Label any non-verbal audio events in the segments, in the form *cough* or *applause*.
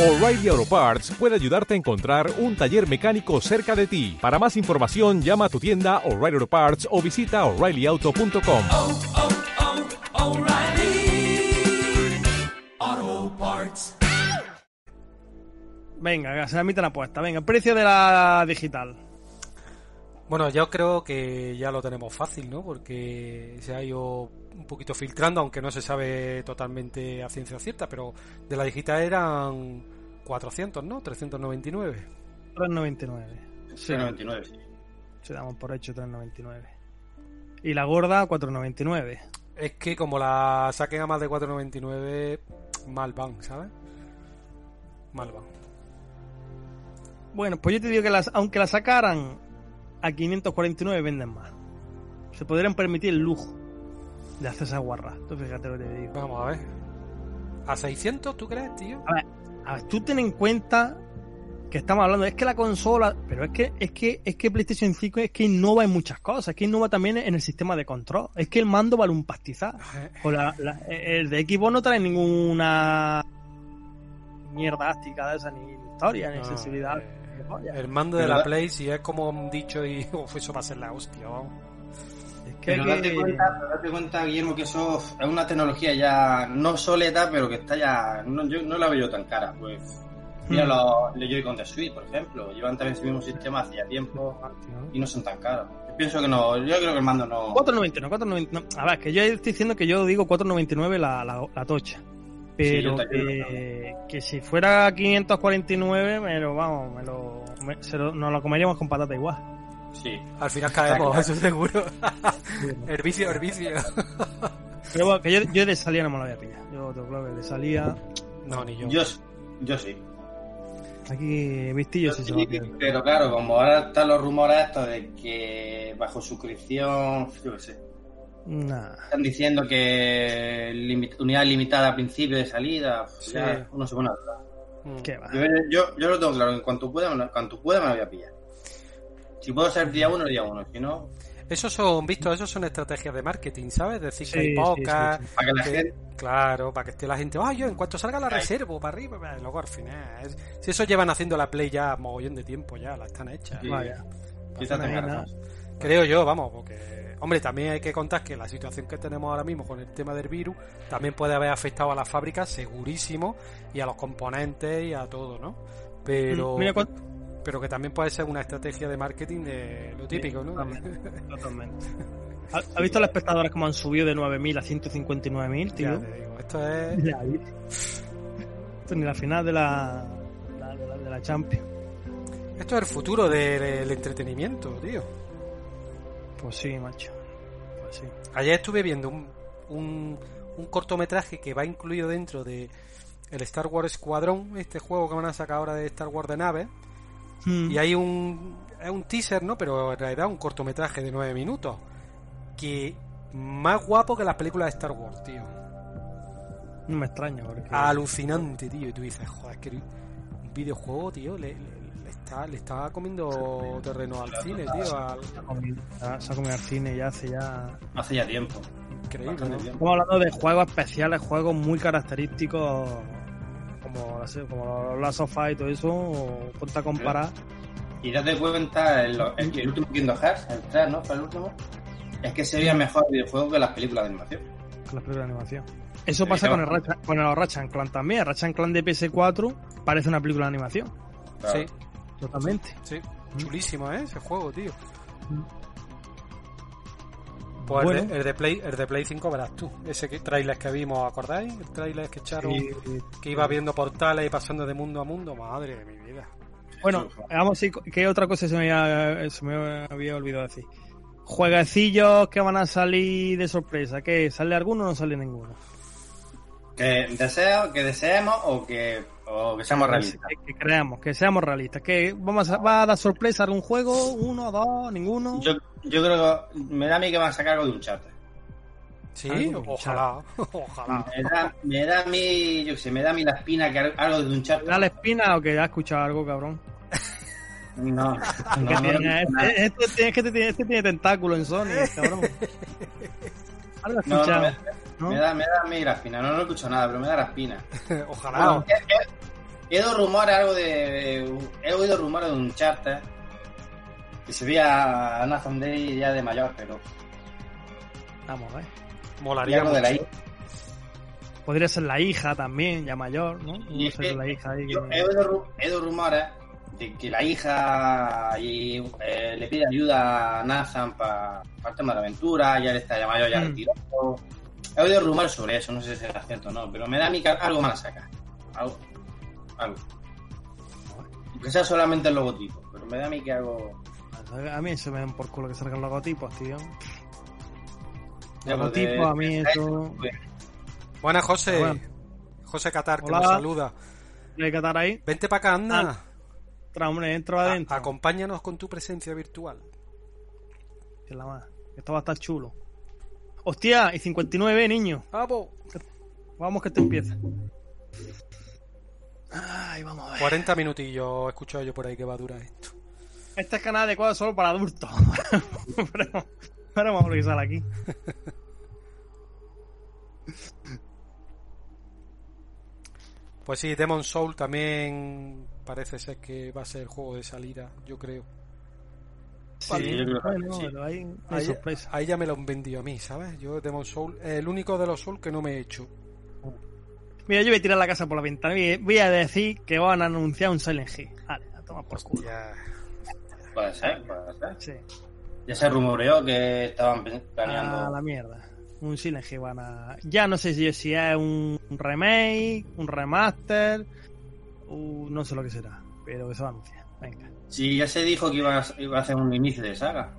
O'Reilly Auto Parts puede ayudarte a encontrar un taller mecánico cerca de ti. Para más información, llama a tu tienda O'Reilly Auto Parts o visita oreillyauto.com. oh, oh, O'Reilly Auto Parts. Venga, se admite la apuesta. Venga, precio de la digital. Bueno, yo creo que ya lo tenemos fácil, ¿no? Porque se ha ido un poquito filtrando, aunque no se sabe totalmente a ciencia cierta, pero de la digital eran 400, ¿no? 399. 3.99. 699. Se damos por hecho 3.99. Y la gorda 4.99. Es que como la saquen a más de 499, mal van, ¿sabes? Mal van. Bueno, pues yo te digo que las, aunque la sacaran a 549 venden más. Se podrían permitir el lujo de hacer esa guarra. Tú fíjate lo que te digo. Vamos a ver. ¿A 600 tú crees, tío? A ver, tú ten en cuenta que estamos hablando, es que la consola, pero es que es que es que PlayStation 5 es que innova en muchas cosas, es que innova también en el sistema de control, es que el mando vale un pastizal. O la- la- el de Xbox no trae ninguna mierda áctica de esa ni historia, ni *laughs* No, sensibilidad. eh, ni polla. El mando de la ¿Verdad? Play, si es como han dicho, y *laughs* uf, eso va a ser la hostia, vamos. Es que, Pero date que- cuenta, pero date cuenta, Guillermo, que eso es una tecnología ya no soleta, pero que está ya. No, yo no la veo yo tan cara, pues. Mira Hmm. los, los Joy-Con de Switch, por ejemplo. Llevan también ese mismo sistema hacía tiempo y no son tan caros. Yo pienso que no. Yo creo que el mando no. 4.99, 4.99. A ver, que yo estoy diciendo que yo digo 4.99 la, la, la tocha. Pero Sí, yo también, que, que si fuera 549, me lo vamos, me lo, me- se lo- nos lo comeríamos con patata igual. Sí. Al final caemos, *laughs* Está eso seguro. el vicio, el vicio. Pero bueno, que yo, yo de salida no me lo voy a pillar. Yo te lo claro que de salida. No, ni yo. Yo, s- yo sí. Aquí Vistillo sí se va a pillar. pero claro, como ahora están los rumores estos de que bajo suscripción. Yo qué sé. Nah. Están diciendo que limi- unidad limitada a principio de salida. pues, Sí. ya uno se pone a dudar. Mm. ¿Qué va? Yo, yo, yo lo tengo claro, en cuanto pueda, me lo- en cuanto pueda me lo voy a pillar. Si puedo ser día uno, día uno. Si no, *laughs* Esos son, visto, esos son estrategias de marketing, ¿sabes? Decir que Sí, hay sí, pocas. sí, para que la que- gente. Claro, para que esté la gente. Ah, yo en cuanto salga la Ay. reservo, para arriba, para- y luego al final. Es- Si eso llevan haciendo la play ya mogollón de tiempo, ya la están hecha. Sí. Vaya. Mm, Quizás Para tenga nada. razón. Creo yo, vamos, porque. Hombre, también hay que contar que la situación que tenemos ahora mismo con el tema del virus también puede haber afectado a las fábricas, segurísimo, y a los componentes y a todo, ¿no? Pero. Mm, Mira cuán- Pero que también puede ser una estrategia de marketing de lo típico, ¿no? Totalmente. *laughs* totalmente. ¿Ha- ¿Has visto a los espectadores cómo han subido de 9.000 a 159.000, Ya tío? te digo, esto es. Ya, vi. Esto ni la final de la, la- de la, de la Champions. Esto es el futuro de- del entretenimiento, tío. Pues sí, macho. Pues sí. Ayer estuve viendo un, un, un cortometraje que va incluido dentro de el Star Wars Squadron, este juego que van a sacar ahora de Star Wars de nave. Hmm. Y hay un, hay un teaser, ¿no? Pero en realidad un cortometraje de 9 minutos. Que más guapo que las películas de Star Wars, tío. No me extraña, porque. Ah. Alucinante, tío. Y tú dices, joder, es que un videojuego, tío, le, le- le está, le está comiendo terreno al cine, tío. al- se ha comido- Se ha comido al cine ya hace ya. Hace ya tiempo. Increíble, Bastante ¿no? tiempo. Estamos hablando de juegos especiales, juegos muy característicos. Como, la se- como los Last of Us y todo eso. Ponte a comparar. Y date cuenta, el, el, el último Kingdom Hearts, el 3, ¿no? Fue el último. Es que se veía mejor el videojuego que las películas de animación. con las películas de animación. Eso Sí, pasa con, claro. el Ratchet, con el Ratchet and Clank también. El Ratchet and Clank de PS4 parece una película de animación. Claro. Sí, Totalmente. sí. Mm. Chulísimo, ¿eh? Ese juego, tío. Mm. Pues el, eh, Bueno. de, el de Play, el de Play 5 verás tú. Ese que, trailer que vimos, ¿acordáis? El trailer que echaron, que iba viendo portales y pasando de mundo a mundo. Madre de mi vida. Bueno, vamos a ir co- ¿Qué otra cosa se me, había, se me había olvidado decir? Jueguecillos que van a salir de sorpresa. ¿Qué? ¿Sale alguno o no sale ninguno? Que, deseo, que deseemos o que, o que seamos Pues realistas. Que, que creamos, que seamos realistas. Que vamos a, ¿Va a dar sorpresa algún juego? ¿Uno, dos, ninguno? Yo, yo creo que me da a mí que van a sacar algo de un charter. Sí, Algo que Ah, ojalá. *laughs* Ojalá. *laughs* Me da, me da a mí, yo qué sé, me da a mí la espina que algo de un ¿Te charter. da la espina o que has escuchado algo, cabrón? *laughs* No, no, Que no, tiene- no. este, este tiene- es que este tiene, este tiene tentáculo en Sony, cabrón. Algo he No, no, escuchado, me- ¿no? Me da, me da a mí la espina, no, no escucho nada, pero me da la espina. Ojalá. Bueno, es, es- He oído rumores algo de. He oído rumores de un charter que se veía a Nathan Day ya de mayor, pero. Vamos, ¿eh? Molaría Ya no de la mucho. hija. Podría ser la hija también, ya mayor, ¿no? Y No es sé, que la hija ahí. Yo eh. que- he oído, ru- he oído rumores de que la hija y, eh, le pide ayuda a Nathan para el tema de la aventura, ya le está llamado ya Mm. retirado. He oído rumores sobre eso, no sé si es cierto o no, pero me da a mí que algo más acá. Algo. Algo. Aunque sea solamente el logotipo, pero me da a mí que algo. A mí eso me dan por culo que salgan logotipos, tío. Ya, pues, de- Logotipos, a mí eso. Buenas, José. Pero Ah, bueno. José Catar, que Hola. nos saluda. Hay que atar ahí. Vente para acá, anda. Tra, hombre, entro Ah, A- adentro. acompáñanos con tu presencia virtual. Que la madre. Esto va a estar chulo. Hostia, y 59, niño. ¡Vamos! Vamos que esto empieza. Ay, vamos a ver. 40 minutillos he escuchado yo por ahí que va a durar esto. Este es canal adecuado solo para adultos. *laughs* Pero ahora vamos a organizar aquí. Pues sí, Demon Soul también parece ser que va a ser juego de salida, yo creo. Sí, yo creo que bueno, sí. pero hay, hay Ahí, sorpresa. ahí ya me lo han vendido a mí, ¿sabes? Yo Demon Soul, eh, el único de los Soul que no me he hecho. Mira, yo voy a tirar la casa por la ventana y voy a decir que van a anunciar un Silent Hill. Vale, a tomar por culo. Ya. Puede ser, puede ser. Sí. Ya se rumoreó que estaban pe- A planeando. Ah, la mierda. Un Silent Hill van a... Ya no sé si, si es un remake, un remaster, un- no sé lo que será, pero que se va a anunciar. Venga. Sí, ya se dijo que iba a, iba a hacer un inicio de saga.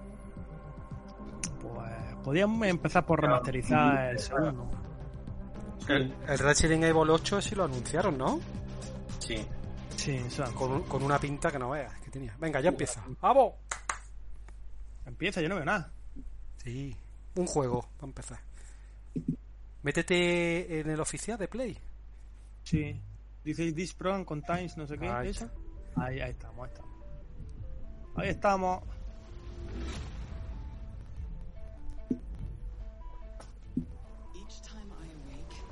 Pues podíamos empezar por remasterizar el segundo. Sí. El Resident Evil 8 sí lo anunciaron, ¿no? sí. Sí, eso. Con, un- con una pinta que no veas que tenía. Venga, ya empieza. ¡Vamos! Empieza, yo no veo nada. Sí, un juego, para empezar. Métete en el oficial de Play. Sí. Dice This program contains no sé qué. Ahí eso. Ahí, ahí estamos, ahí estamos. Ahí estamos. Each time I awake,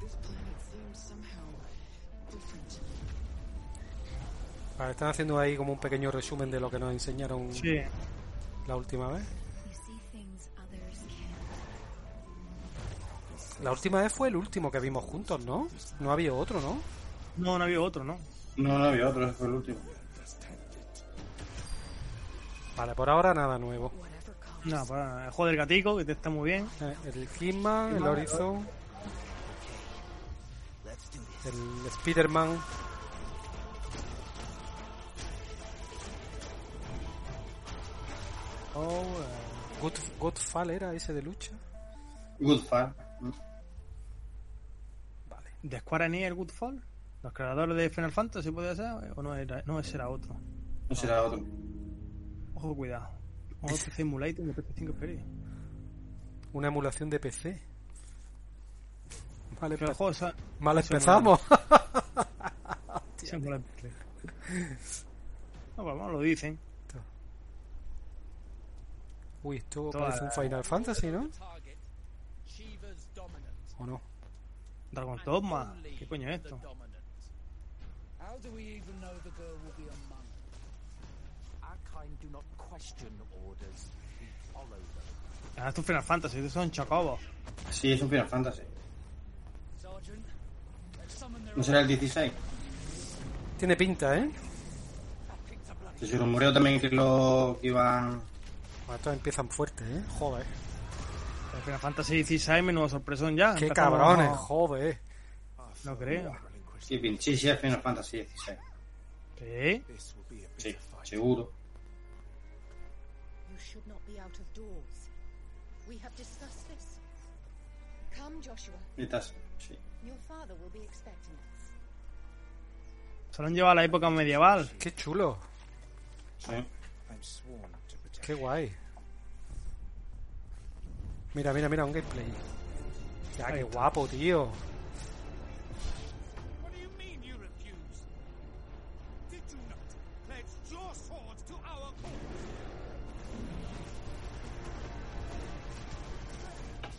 this planet seems somehow different. Vale, están haciendo ahí como un pequeño resumen de lo que nos enseñaron Sí. la última vez. You see things others can't. La última vez fue el último que vimos juntos, ¿no? No había otro, ¿no? No, no había otro, ¿no? No, no había otro, ese fue el último. Vale, por ahora nada nuevo. No, para nada. El juego del gatico, que te está muy bien. Eh, El Kidman, el Horizon, el Spider-Man. Oh, eh, God, Godfall era ese de lucha. Goodfall. Vale. ¿De Square Enix el Goodfall? ¿Los creadores de Final Fantasy puede ser? ¿O no era? No, ese era otro. No será otro. Ojo, cuidado. Ojo, PC Simulator y PS5 Experience. Una emulación de PC. Pero Vale, el empe- juego sa- mal se empezamos. Simulator. No, vamos, lo dicen. *laughs* Uy, esto eh. Toda parece un Final Fantasy, ¿no? ¿O no? Dragon Dogma. ¿Qué coño es esto? How do we even know the girl will be a monk? Our kind do not question orders, we follow them. Ah, esto es Final Fantasy, estos son chocobos. Sí, es un Final Fantasy. Sergeant, let's summon their ¿No será el 16? Tiene pinta, ¿eh? Que se rumoreó también que lo que iban. Bueno, estos empiezan fuertes, ¿eh? Joder. Pero Final Fantasy XVI, menudo sorpresón ya. Qué Empezamos- cabrones, joder. No creo. Sí, bien, sí, sí, es Final Fantasy 16. ¿Sí? Sí, seguro. You should not be out of doors. We have discussed this. Come, Joshua. Estás- sí. Your father will be expecting us. Se lo han llevado a la época medieval. Qué chulo. sí. I'm sworn to protect. Qué guay. Mira, mira, mira, un gameplay. Ya, qué guapo, tío. What do you mean you refuse? Did you not pledge your swords to our cause?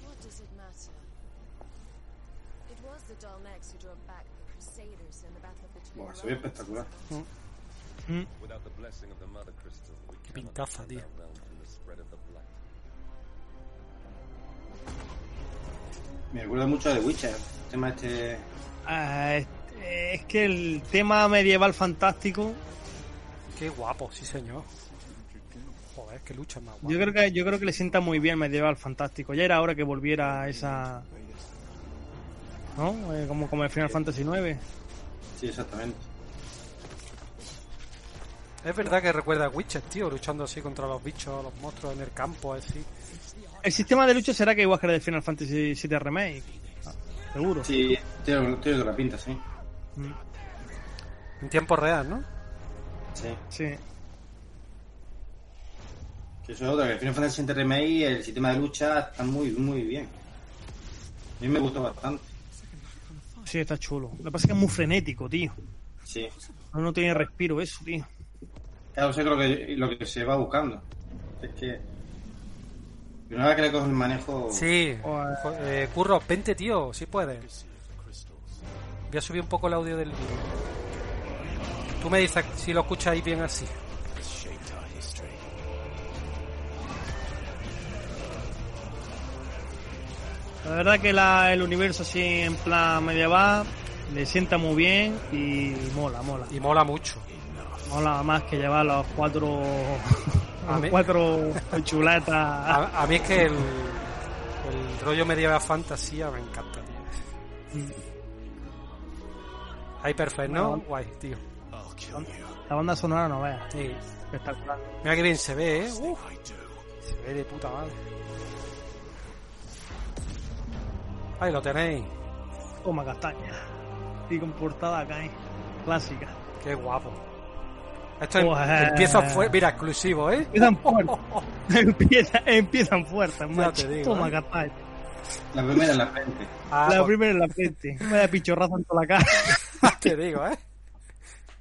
What does it matter? It was the Dalmeks who drove back the Crusaders in the Battle Buah, se ve espectacular. Mm. Without the blessing of the mother crystal, we Qué cannot pintaza, find tío. our realm from the spread of the blight. Me recuerda mucho a The Witcher. El tema este. Ah, es- es que el tema medieval fantástico Qué guapo, sí señor. Joder, qué lucha más guapa. Yo creo que yo creo que le sienta muy bien medieval fantástico. Ya era hora que volviera esa ¿no? Eh, como como el Final Fantasy 9. Sí, exactamente. Es verdad que recuerda a Witcher, tío, luchando así contra los bichos, los monstruos en el campo, así. El sistema de lucha será que igual que el de Final Fantasy 7 remake. Seguro. Sí, tiene, tiene toda la pinta, sí. Mm, En tiempo real, ¿no? Sí. sí. Que eso es otra, que el Final Fantasy VII Remake, el sistema de lucha está muy, muy bien. A mí me gustó bastante. Sí, está chulo. Lo que pasa es que es muy frenético, tío. Sí. No, no tiene respiro eso, tío. Claro, eso es lo que, lo que se va buscando. Es que. pero Una vez que le coges el manejo. Sí. Joder. Jo- eh, curro, vente, tío, si puedes. Voy a subir un poco el audio del vídeo. Tú me dices si lo escucháis bien así. La verdad que la- el universo así en plan medieval le sienta muy bien y mola, mola. Y mola mucho. Mola más que llevar los cuatro *laughs* A mí- los *laughs* cuatro chuletas. A, a mí es que el, el rollo medieval fantasía me encanta, tío. Hyperfest, ¿no? Bueno. Guay, tío. La banda sonora no veas. Sí. Espectacular. Mira que bien se ve, ¿eh? Uf. Se ve de puta madre. Ahí lo tenéis. Toma castaña. Y con portada acá, ¿eh? Clásica. Qué guapo. Esto em- Joder. empieza fuerte. Mira, exclusivo, ¿eh? Empiezan fuerte. *laughs* Empieza- empiezan fuertes, macho. te digo, Toma ¿eh? castaña. La primera en la frente. Ah, la pues, primera en la frente. Me da pichorrazo en toda la cara. *laughs* *laughs* te digo, ¿eh?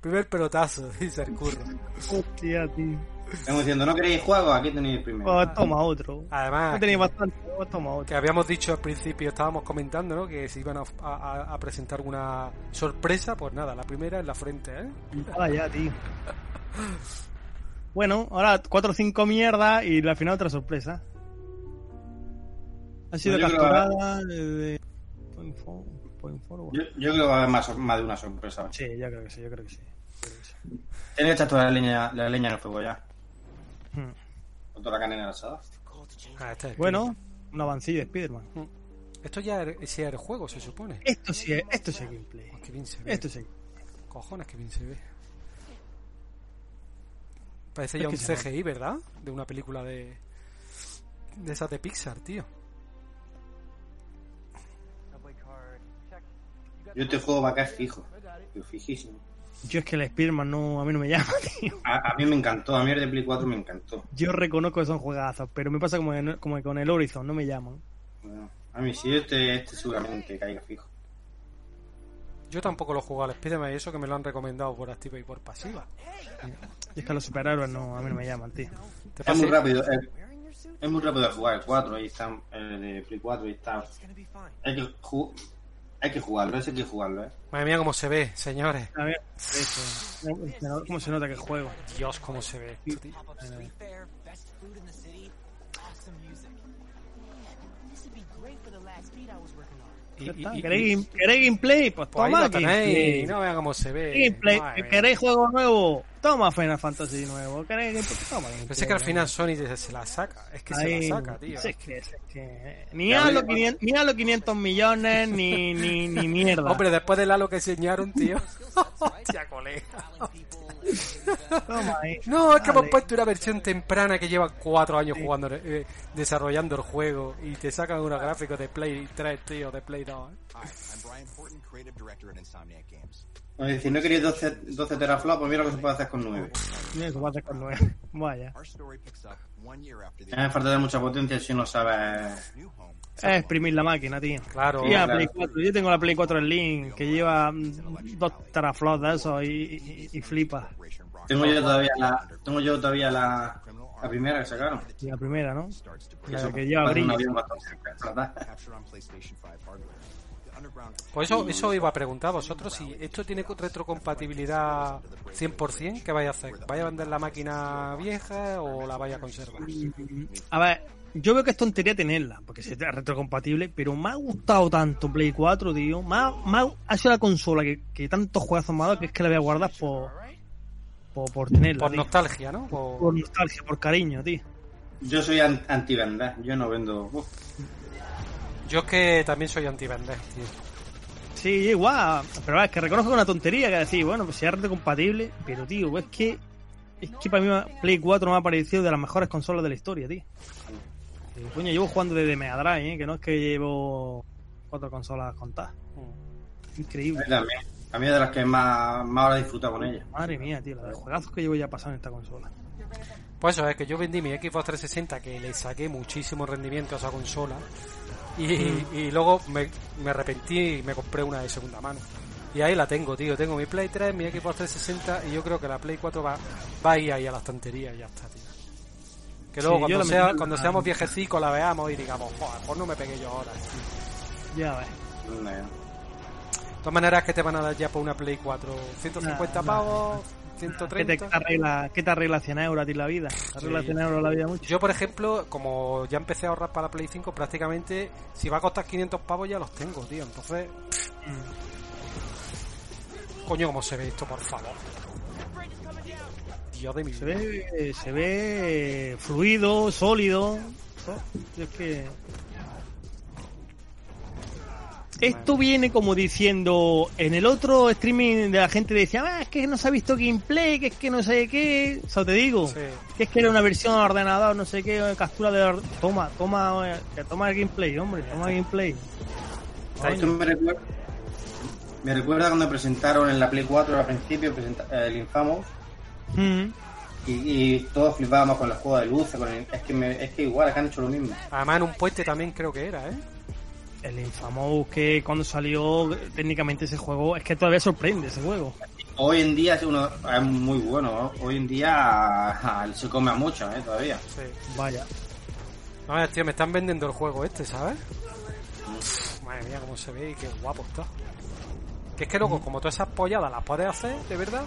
Primer pelotazo, dice el curro. Hostia, tío. Estamos diciendo, ¿no queréis juego? Aquí tenéis el Ah. primero. Pues toma otro. Además, No tenéis bastante, pues toma otro. que habíamos dicho al principio, estábamos comentando, ¿no? Que se iban a, a- a presentar una sorpresa, pues nada, la primera en la frente, ¿eh? Pintada ya, tío. Bueno, ahora 4 o 5 mierdas y al final otra sorpresa. Ha sido Yo creo que la- capturada desde... Point four- point forward. Yo, yo creo que va a haber más, más de una sorpresa. Sí, yo creo que sí, yo creo que sí. yo creo que sí. Tiene que echar toda la leña, la leña en el fuego ya. Hmm. Con toda la carne en el asado. Ah, este es el Bueno, un avancillo de Spider-Man. tío. Esto ya era- ese era el juego, se supone. Esto sí es, esto sí es gameplay. Qué bien se ve. Eh, Esto sí. Cojones, que bien se ve. Parece Es ya que un se nota. CGI, ¿verdad? De una película de. de esas de Pixar, tío. Yo este juego va a caer fijo. Pero fijísimo. Yo es que el Spider-Man no, a mí no me llama, *laughs* tío. A, a mí me encantó, a mí el de Play 4 me encantó. Yo reconozco que son juegazos, pero me pasa como, en- como con el Horizon, no me llaman. Bueno, a mí sí, este, este seguramente caiga fijo. Yo tampoco lo he jugado al Spider-Man y eso que me lo han recomendado por activa y por pasiva. Y es que los superhéroes no, a mí no me llaman, tío. ¿Te Es muy parece? rápido, es, es muy rápido de jugar el 4, ahí está el de Play 4, ahí está. Hay que, ju- hay que jugarlo, ese hay que jugarlo, eh. Madre mía, cómo se ve, señores. A ver, eso. ¿Cómo se nota que juego? Dios, cómo se ve esto, tío. Y- Ya y- está. y- ¿Queréis, game- ¿Queréis gameplay? Pues Pues ahí toma lo gameplay. tenéis. No eh. vean cómo se ve. Gameplay. Madre mía. ¿Queréis juego nuevo? Toma Final Fantasy nuevo. ¿Queréis gameplay? pues Toma gameplay. Pero es que al final Sony se, se la saca. Es que Ahí- se la saca, tío. sí, es que- sí, es que- Ni, Ya a los veo. 500, ni a los 500 millones, ni, ni, ni mierda. *laughs* Hombre, después del halo que *laughs* enseñaron, tío. Hostia, colega. Toma *laughs* ahí. No, es que hemos Dale. puesto una versión temprana que lleva cuatro años jugando, eh, desarrollando el juego y te sacan unos gráficos de Play 3, tío, de Play eh. 2. Hi, I'm Brian Horton, creative director at Insomniac Games. Es decir, no queréis 12, 12 teraflops, pues mira lo que se puede hacer con 9. Mira, eso va a ser con nueve. *laughs* Vaya. Our story picks up one year after Ah, Te hace the falta de mucha potencia si no sabes. new home. Es exprimir la máquina, tío. Oh, Claro, Tía, claro. Play 4. Yo tengo la Play 4 en Link, que lleva mm, dos teraflops de eso y, y- y flipa. Operation Rock Tengo yo todavía la, tengo yo todavía la, la primera que sacaron. Y la primera, ¿no? starts to break La Eso, que lleva parece un brillo. avión bastante cerca, ¿verdad? capture on PlayStation 5 hardware. The Pues eso, eso iba a preguntar a vosotros si esto tiene retrocompatibilidad 100%, ¿qué vais a hacer? ¿Vais a vender la máquina vieja o la vais a conservar? A ver, yo veo que es tontería tenerla, porque es retrocompatible, pero me ha gustado tanto Play 4, tío. Me ha, me ha, ha sido la consola que, que tantos juegazos me ha dado que es que la voy a guardar por, por, por tenerla. Por tío. nostalgia, ¿no? Por- Por nostalgia, por cariño, tío. Yo soy an- anti-vendar, yo no vendo. Uf. Yo es que también soy anti-vender, tío. Sí, igual. Pero va, es que reconozco que es una tontería que decir, bueno, pues si es compatible, pero tío, es que es que para mí me- Play 4 me ha parecido de las mejores consolas de la historia, tío. Eh, coño, llevo jugando desde Mega Drive, ¿eh? que no es que llevo cuatro consolas contadas. Increíble. Yo también. A mí es de las que más, más ahora he disfrutado con ella. Madre mía, tío, los juegazos que llevo ya pasando en esta consola. Pues eso, es que yo vendí mi Xbox 360 que le saqué muchísimo rendimiento a esa consola y, Mm. y luego me, me arrepentí y me compré una de segunda mano. Y ahí la tengo, tío. Tengo mi Play 3, mi Xbox 360 y yo creo que la Play 4 va, va a ir ahí a la estantería y ya está, tío. Que luego Sí, yo cuando, la sea, metí en cuando la- seamos viejecicos la veamos y digamos, joder, pues no me pegué yo ahora. tío". Ya ves. No. De todas maneras que te van a dar ya por una Play 4 150 Nah, pavos, ¿Qué te 130. arregla, qué te arregla 100 euros a ti la vida? ¿Te arregla Sí. 100 euros la vida mucho? Yo, por ejemplo, como ya empecé a ahorrar para la Play 5, prácticamente si va a costar 500 pavos ya los tengo, tío. Entonces, Mm. coño, cómo se ve esto, por favor. Dios de mi Se vida. ve, se ve fluido, sólido. Oh, Es que... Esto viene como diciendo en el otro streaming de la gente decía, "Ah, es que no se ha visto gameplay, que es que no sé qué, eso te digo, Sí. que es que era una versión a ordenador, no sé qué, captura de or- toma, toma, eh, que toma el gameplay, hombre, toma el gameplay. Esto me recuerda, me recuerda cuando presentaron en la Play 4 al principio presenta- eh, el Infamous Mm. y, y todos flipábamos con los juegos de luces. Con el- es, que me- es que igual acá han hecho lo mismo. Además, en un puente también creo que era, ¿eh? El Infamous que cuando salió eh, técnicamente ese juego, es que todavía sorprende ese juego. Hoy en día es, uno, es muy bueno. ¿no? Hoy en *laughs* día se come a mucho ¿eh? todavía. Sí. Vaya. A ver, tío, me están vendiendo el juego este, ¿sabes? Pff, madre mía, cómo se ve y qué guapo está. Que es que luego, como todas esas polladas las puedes hacer, de verdad,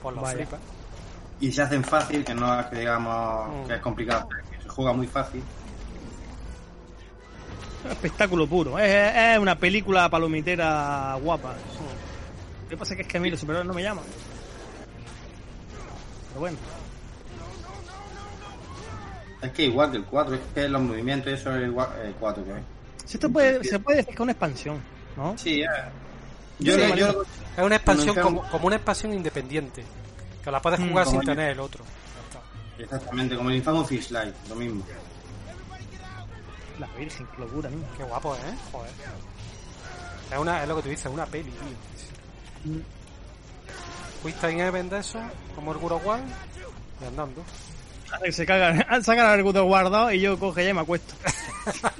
pues lo Vaya. flipas. Y se hacen fácil, que no es que digamos Mm. que es complicado. Se juega muy fácil. Espectáculo puro. Es, es una película palomitera guapa. Lo que pasa es que es que a mí los superhéroes no me llaman. Pero bueno. Es que igual que el 4, es que los movimientos y eso es igual eh, el 4 que es. Si esto puede, se puede decir que es una expansión, ¿no? Sí, eh. yo, Sí, lo- vale. yo lo- Es Pues una expansión Anunciaron- como, como una expansión independiente. Que la puedes Mm, jugar sin como yo. tener el otro. Ya está. exactamente como el infamo Fish Life, lo mismo. La Virgen, qué locura, niño. Qué guapo, ¿eh? Joder. Es, una, es lo que tú dices, una peli, tío. Fuiste en Heaven de eso, como el Guroguay, y andando. Ahora Ah, que Se *laughs* cagan, sacan al gusto guardado y yo coge ya y me *laughs* acuesto.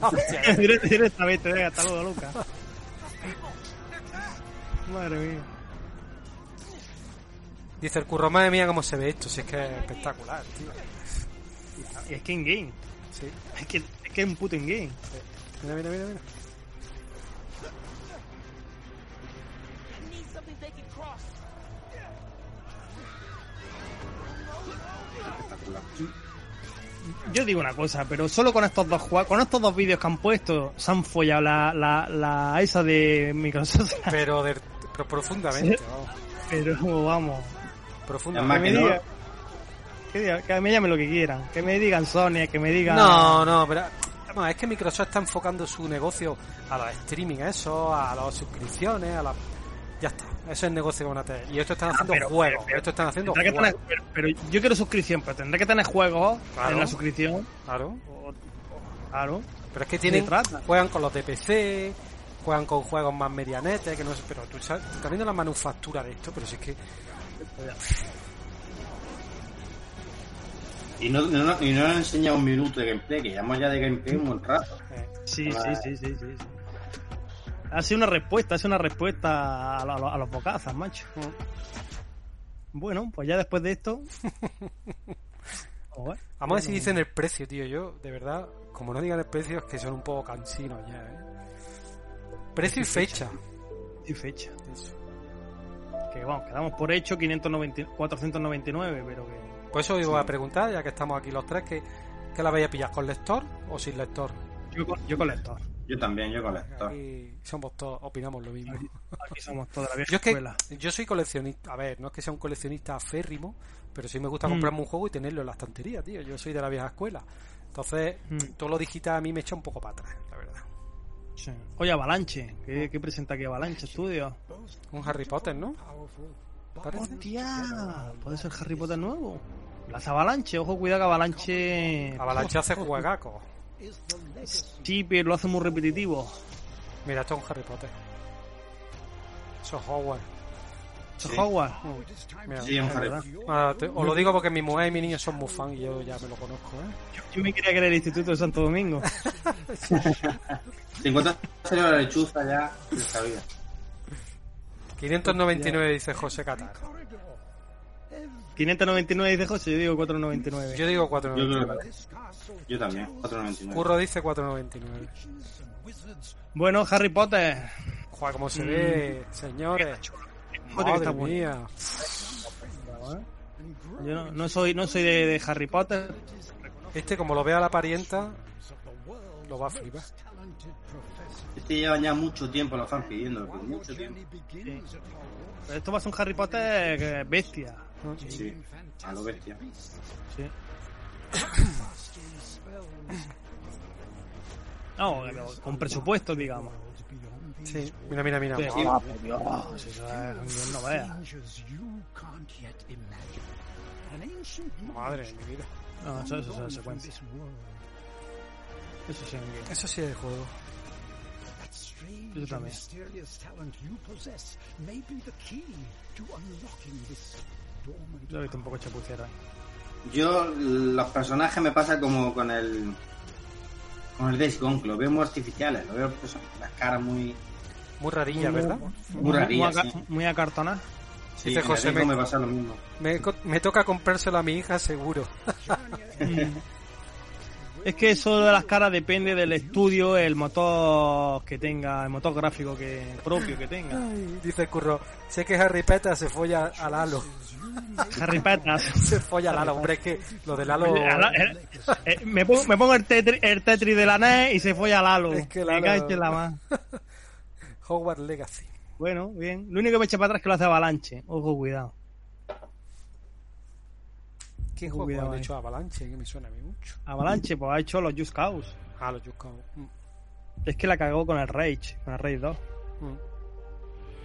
Ah, Hostia, eh. Direct- Directamente, este, venga, hasta luego, Luca. Madre mía. Dice el curro, madre mía, cómo se ve esto. Si es que es espectacular, tío. Y es que in game. Sí. Es que es, que es un puto in game. Mira, mira, mira, mira. Yo digo una cosa, pero solo con estos dos jua- con estos dos vídeos que han puesto, se han follado la, la, la esa de Microsoft. *laughs* Pero, de- pero profundamente, vamos. Pero vamos, Además Profundamente. que me que no, diga- que, diga- que me llamen lo que quieran, que me digan Sony, que me digan. No, no, pero vamos, es que Microsoft está enfocando su negocio a los streaming, a eso, a las suscripciones, a las. Ya está, eso es negocio con AT. Y esto están haciendo Ah, pero- juegos, pero- esto están haciendo Tendrá que juegos. tener- pero, pero yo quiero suscripción, pero tendrá que tener juegos Claro. en la suscripción. Claro, Claro. pero es que ¿De qué tienen. trata? Juegan con los de PC, juegan con juegos más medianetes, que no sé, pero tú sabes, tú estás viendo la manufactura de esto, pero si es que. Y no, no, no- y no han enseñado un minuto de gameplay, que llevamos ya de gameplay un buen rato. eh, Sí, sí, Vale. sí, sí, sí. sí. Ha sido una respuesta, ha sido una respuesta a, lo- a lo- a los bocazas, macho. Bueno, pues ya después de esto. Joder. vamos a *laughs* ver si dicen el precio, tío. Yo, de verdad, como no digan el precio, es que son un poco cansinos ya, eh. Precio y fecha. Y fecha. Eso. Que vamos, quedamos por hecho 590, 499, pero que. Por eso iba a preguntar, ya que estamos aquí los tres, que, que la vais a pillar con lector o sin lector. Yo, con- yo con lector. Yo también, yo con lector. Aquí somos todos, opinamos lo mismo. Aquí somos toda la vieja Yo es escuela. que yo soy coleccionista, a ver, no es que sea un coleccionista aférrimo, pero sí me gusta Mm. comprarme un juego y tenerlo en la estantería, tío. Yo soy de la vieja escuela. Entonces, Mm. todo lo digital a mí me echa un poco para atrás, la verdad. Sí. Oye, Avalanche. ¿Qué, qué presenta aquí Avalanche Studios? Un Harry Potter, ¿no? Parece. ¡Hostia! ¿Puede ser Harry Potter nuevo? Las Avalanche, ojo, cuidado que Avalanche. Avalanche hace juegaco. Sí, pero lo hace muy repetitivo. Mira, esto es un Harry Potter. Eso es Hogwarts. Eso Sí. es Hogwarts. Mira. Sí, un Es Harry verdad. Ah, te- os lo digo porque mi mujer y mi niño son muy fan y yo ya me lo conozco, ¿eh? Yo me quería creer el Instituto de Santo Domingo. *laughs* Si encuentras la lechuza ya, lo sabía. 599 dice José Catar. 599 dice José, yo digo 499. Yo digo Yo creo 499. que Yo también, 4.99. Curro dice 499. Bueno, Harry Potter. Juega como Mm. se ve, Joder, señores. que está Madre bueno. mía. Yo no, no soy, no soy de, de Harry Potter. Este, como lo vea la parienta, lo va a flipar. Este llevan ya mucho tiempo, lo están pidiendo, pero mucho tiempo. Pero esto va a ser un Harry Potter eh, bestia. Sí, a lo bestia. Sí. No, pero con presupuesto, digamos. Sí, mira, mira, mira. Pero, Guau. ah, por Dios, eso es- no veas. Madre de mi vida. No, eso, eso es una secuencia. Eso sí, hombre. Eso sí es el juego. Yo también. Yo he visto un poco chapucera. Yo, los personajes me pasa como con el. Con el Days Gone, que lo veo muy artificiales, lo veo pues, las caras muy. Muy rarilla, Mm. ¿verdad? Muy rarillas. aca- sí. muy acartonada. Sí, Dice en el José Days Gone me- me pasa lo mismo. Me, co- me toca comprárselo a mi hija, seguro. *laughs* Es que eso de las caras depende del estudio, el motor que tenga, el motor gráfico que propio que tenga. Ay, dice Curro, sé que Harry Potter se folla al halo. *laughs* Harry *laughs* Potter. Se folla al halo, hombre, es que lo del halo... Oye, ala- eh, eh, me, pongo, me pongo el, tetri, el Tetris de la NES y se fue al Halo. Es que el Me Halo- cacho en la más. Hogwarts Legacy. Bueno, bien. Lo único que me echa para atrás es que lo hace Avalanche. Ojo, cuidado. ¿Qué Muy juego cuidado han ahí. hecho Avalanche? eh, Que me suena a mí mucho. Avalanche, pues ha hecho los Just Cause. Ah, los Just Cause. Mm, Es que la cagó con el Rage, con el Rage 2. mm.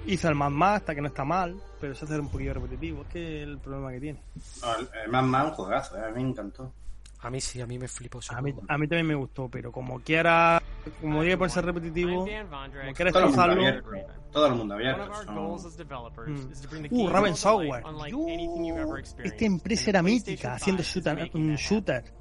Hizo el más más, hasta que no está mal, pero se hace un poquillo repetitivo. Es que el problema que tiene. No, el- el Man Man, un juegazo, eh, a mí me encantó. A mí sí, a mí me flipó ese A mí, juego. a mí también me gustó, pero como quiera, como diga por ser repetitivo, como quiera Todo el mundo forzarlo. abierto. Todo el mundo One abierto. of our son- goals as developers Mm. is to bring the Uh, game Raven world to life Software. unlike anything you've ever Yo, experienced. esta empresa And era the mítica PlayStation haciendo 5 is shooter, making un that shooter. happen.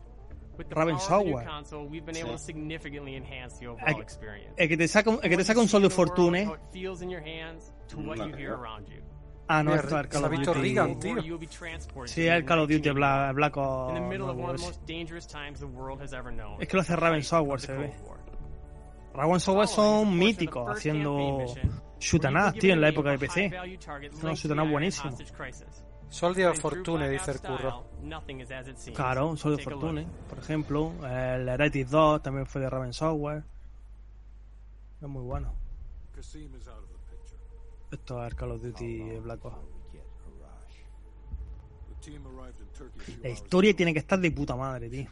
With Raven the power of the new Software. console, we've been able to significantly enhance the Aquí- overall experience. El que te saca un, el que te saca un From Sol de what you see in the world, Fortune. eh, how it feels in your hands, to Mm, what you vale. hear around you. Ah, no, Mira, esto es el Call se ha of visto Duty. Reagan, tío. Or you'll be transported Sí, to el Call of Duty 1984, Black, Black in Ops the middle of one of the nuevo most dangerous times the world has ever known. Es que lo hace Raven The height Software, of the oh, se ve. Cold War. es. Dragon Software Pues son míticos haciendo shoot and up, tío, en la época de PC. Son unos shoot and up buenísimos. Soldier of Fortune, dice el curro. Claro, un Sol de Fortune, eh, por ejemplo. El Heretic 2 también fue de Raven Software. Es muy bueno. Esto es el Call of Duty Black Ops. La historia tiene que estar de puta madre, tío.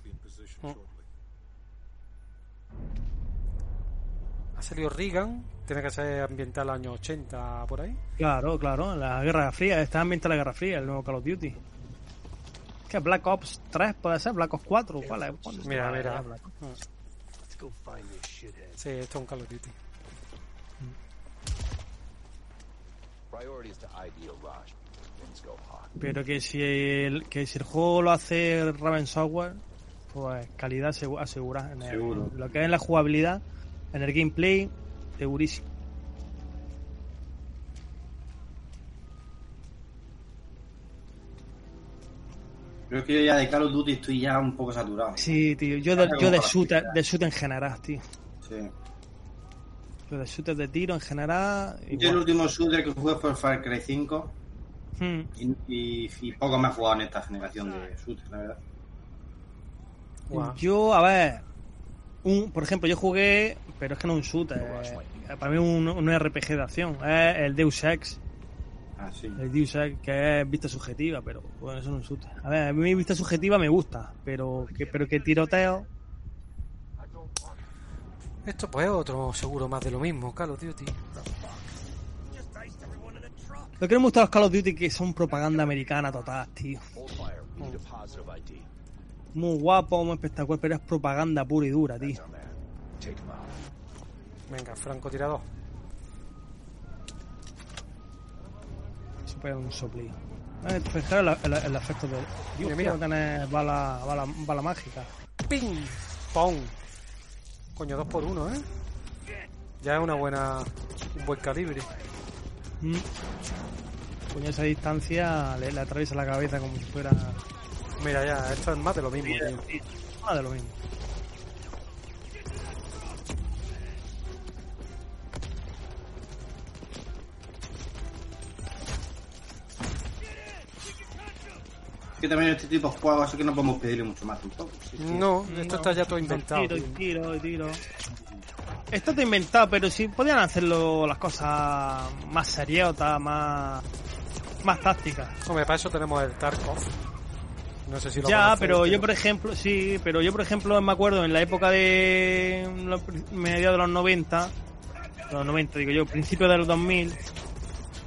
Ha salido Reagan, tiene que ser ambiental años 80 por ahí. Claro, claro, la Guerra Fría, está ambientada la Guerra Fría, el nuevo Call of Duty. ¿Qué? Black Ops 3 puede ser, Black Ops 4, ¿cuál es? ¿Cuándo se Mira, llama? mira. Black Ops. Sí, esto es un Call of Duty. Priorities to ID Raj. Things go hot. Pero que si el, que si el juego lo hace Raven Software, pues calidad segu- asegura. En el- Seguro. Lo que es en la jugabilidad, en el gameplay, segurísimo. Pero es que yo ya de Call of Duty estoy ya un poco saturado. Sí, tío, yo de, Ahora yo como de para shooter, explicar. de shooter en general, tío. Sí. Los shooters de tiro en general. Yo igual. el último shooter que jugué fue Far Cry 5 Hmm. y, y- y poco me he jugado en esta generación de shooters, la verdad. Guau. Yo, a ver, un, por ejemplo, yo jugué, pero es que no un shooter, eh, para mí un, un RPG de acción, es el Deus Ex. Ah, El Deus Ex, que es vista subjetiva, pero bueno, eso no es un shooter. A ver, a mí vista subjetiva me gusta, pero que, pero que tiroteo. Esto pues es otro seguro más de lo mismo, Call of Duty. Lo que no me gusta de los Call of Duty que son propaganda americana total, tío. Hold fire. We need a positive ID. Muy guapo, muy espectacular, pero es propaganda pura y dura, tío. Take him out. Venga, francotirador. Se pega un soplío. Eh, fijaros la- el, el efecto de. Dios, mira. mira, tener bala, bala, bala mágica. ¡Ping! ¡Pong! Coño, dos por uno, ¿eh? Ya es una buena. un buen calibre. Mm. Coño, esa distancia le, le atraviesa la cabeza como si fuera Mira, ya, esto es más de lo mismo, tío. nada de lo mismo. Es que también este tipo de juegos así que no podemos pedirle mucho más tampoco. Sí, sí. No, esto está ya todo inventado. Tiro, y tío. tiro, y tiro. Esto está inventado, pero si podían hacerlo las cosas más seriotas, más, más tácticas. Hombre, para eso tenemos el Tarkov. No sé si lo Ya, conocéis, pero yo por ejemplo, sí, pero yo por ejemplo me acuerdo en la época de los pri- mediados de los 90, los 90 digo yo, principios de los 2000,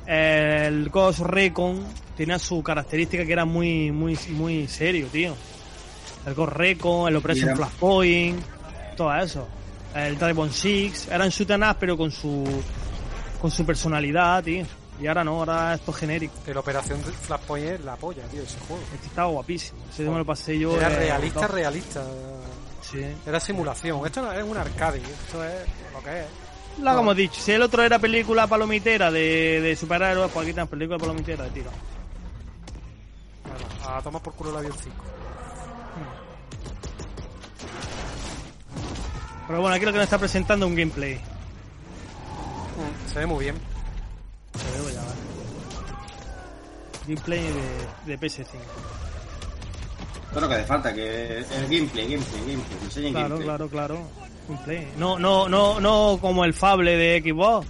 el Ghost Recon tenía su característica que era muy muy muy serio, tío. El Ghost Recon, el Operation Y era- Flashpoint, todo eso. El Dragon Six, eran shoot 'em up, pero con su con su personalidad, tío. Y ahora no, ahora esto es genérico. El Operación Flashpoint es la polla, tío, ese juego. Este estaba guapísimo. Ese me lo pasé yo. Era eh, realista, dos- realista. Sí. Era simulación. Esto no es un arcade, esto es lo que es. Lo que hemos dicho, si el otro era película palomitera de, de superhéroes, pues aquí tenemos película palomitera de tiro. Bueno, a tomar por culo el avioncito. Pero bueno, aquí lo que nos está presentando es un gameplay. Mm. Se ve muy bien. Lo veo ya, vale. Gameplay de, de PS5. Todo lo que hace falta, que el gameplay, gameplay, gameplay. Enseñen Claro, gameplay. claro, claro. Gameplay. No, no, no, no como el fable de Xbox.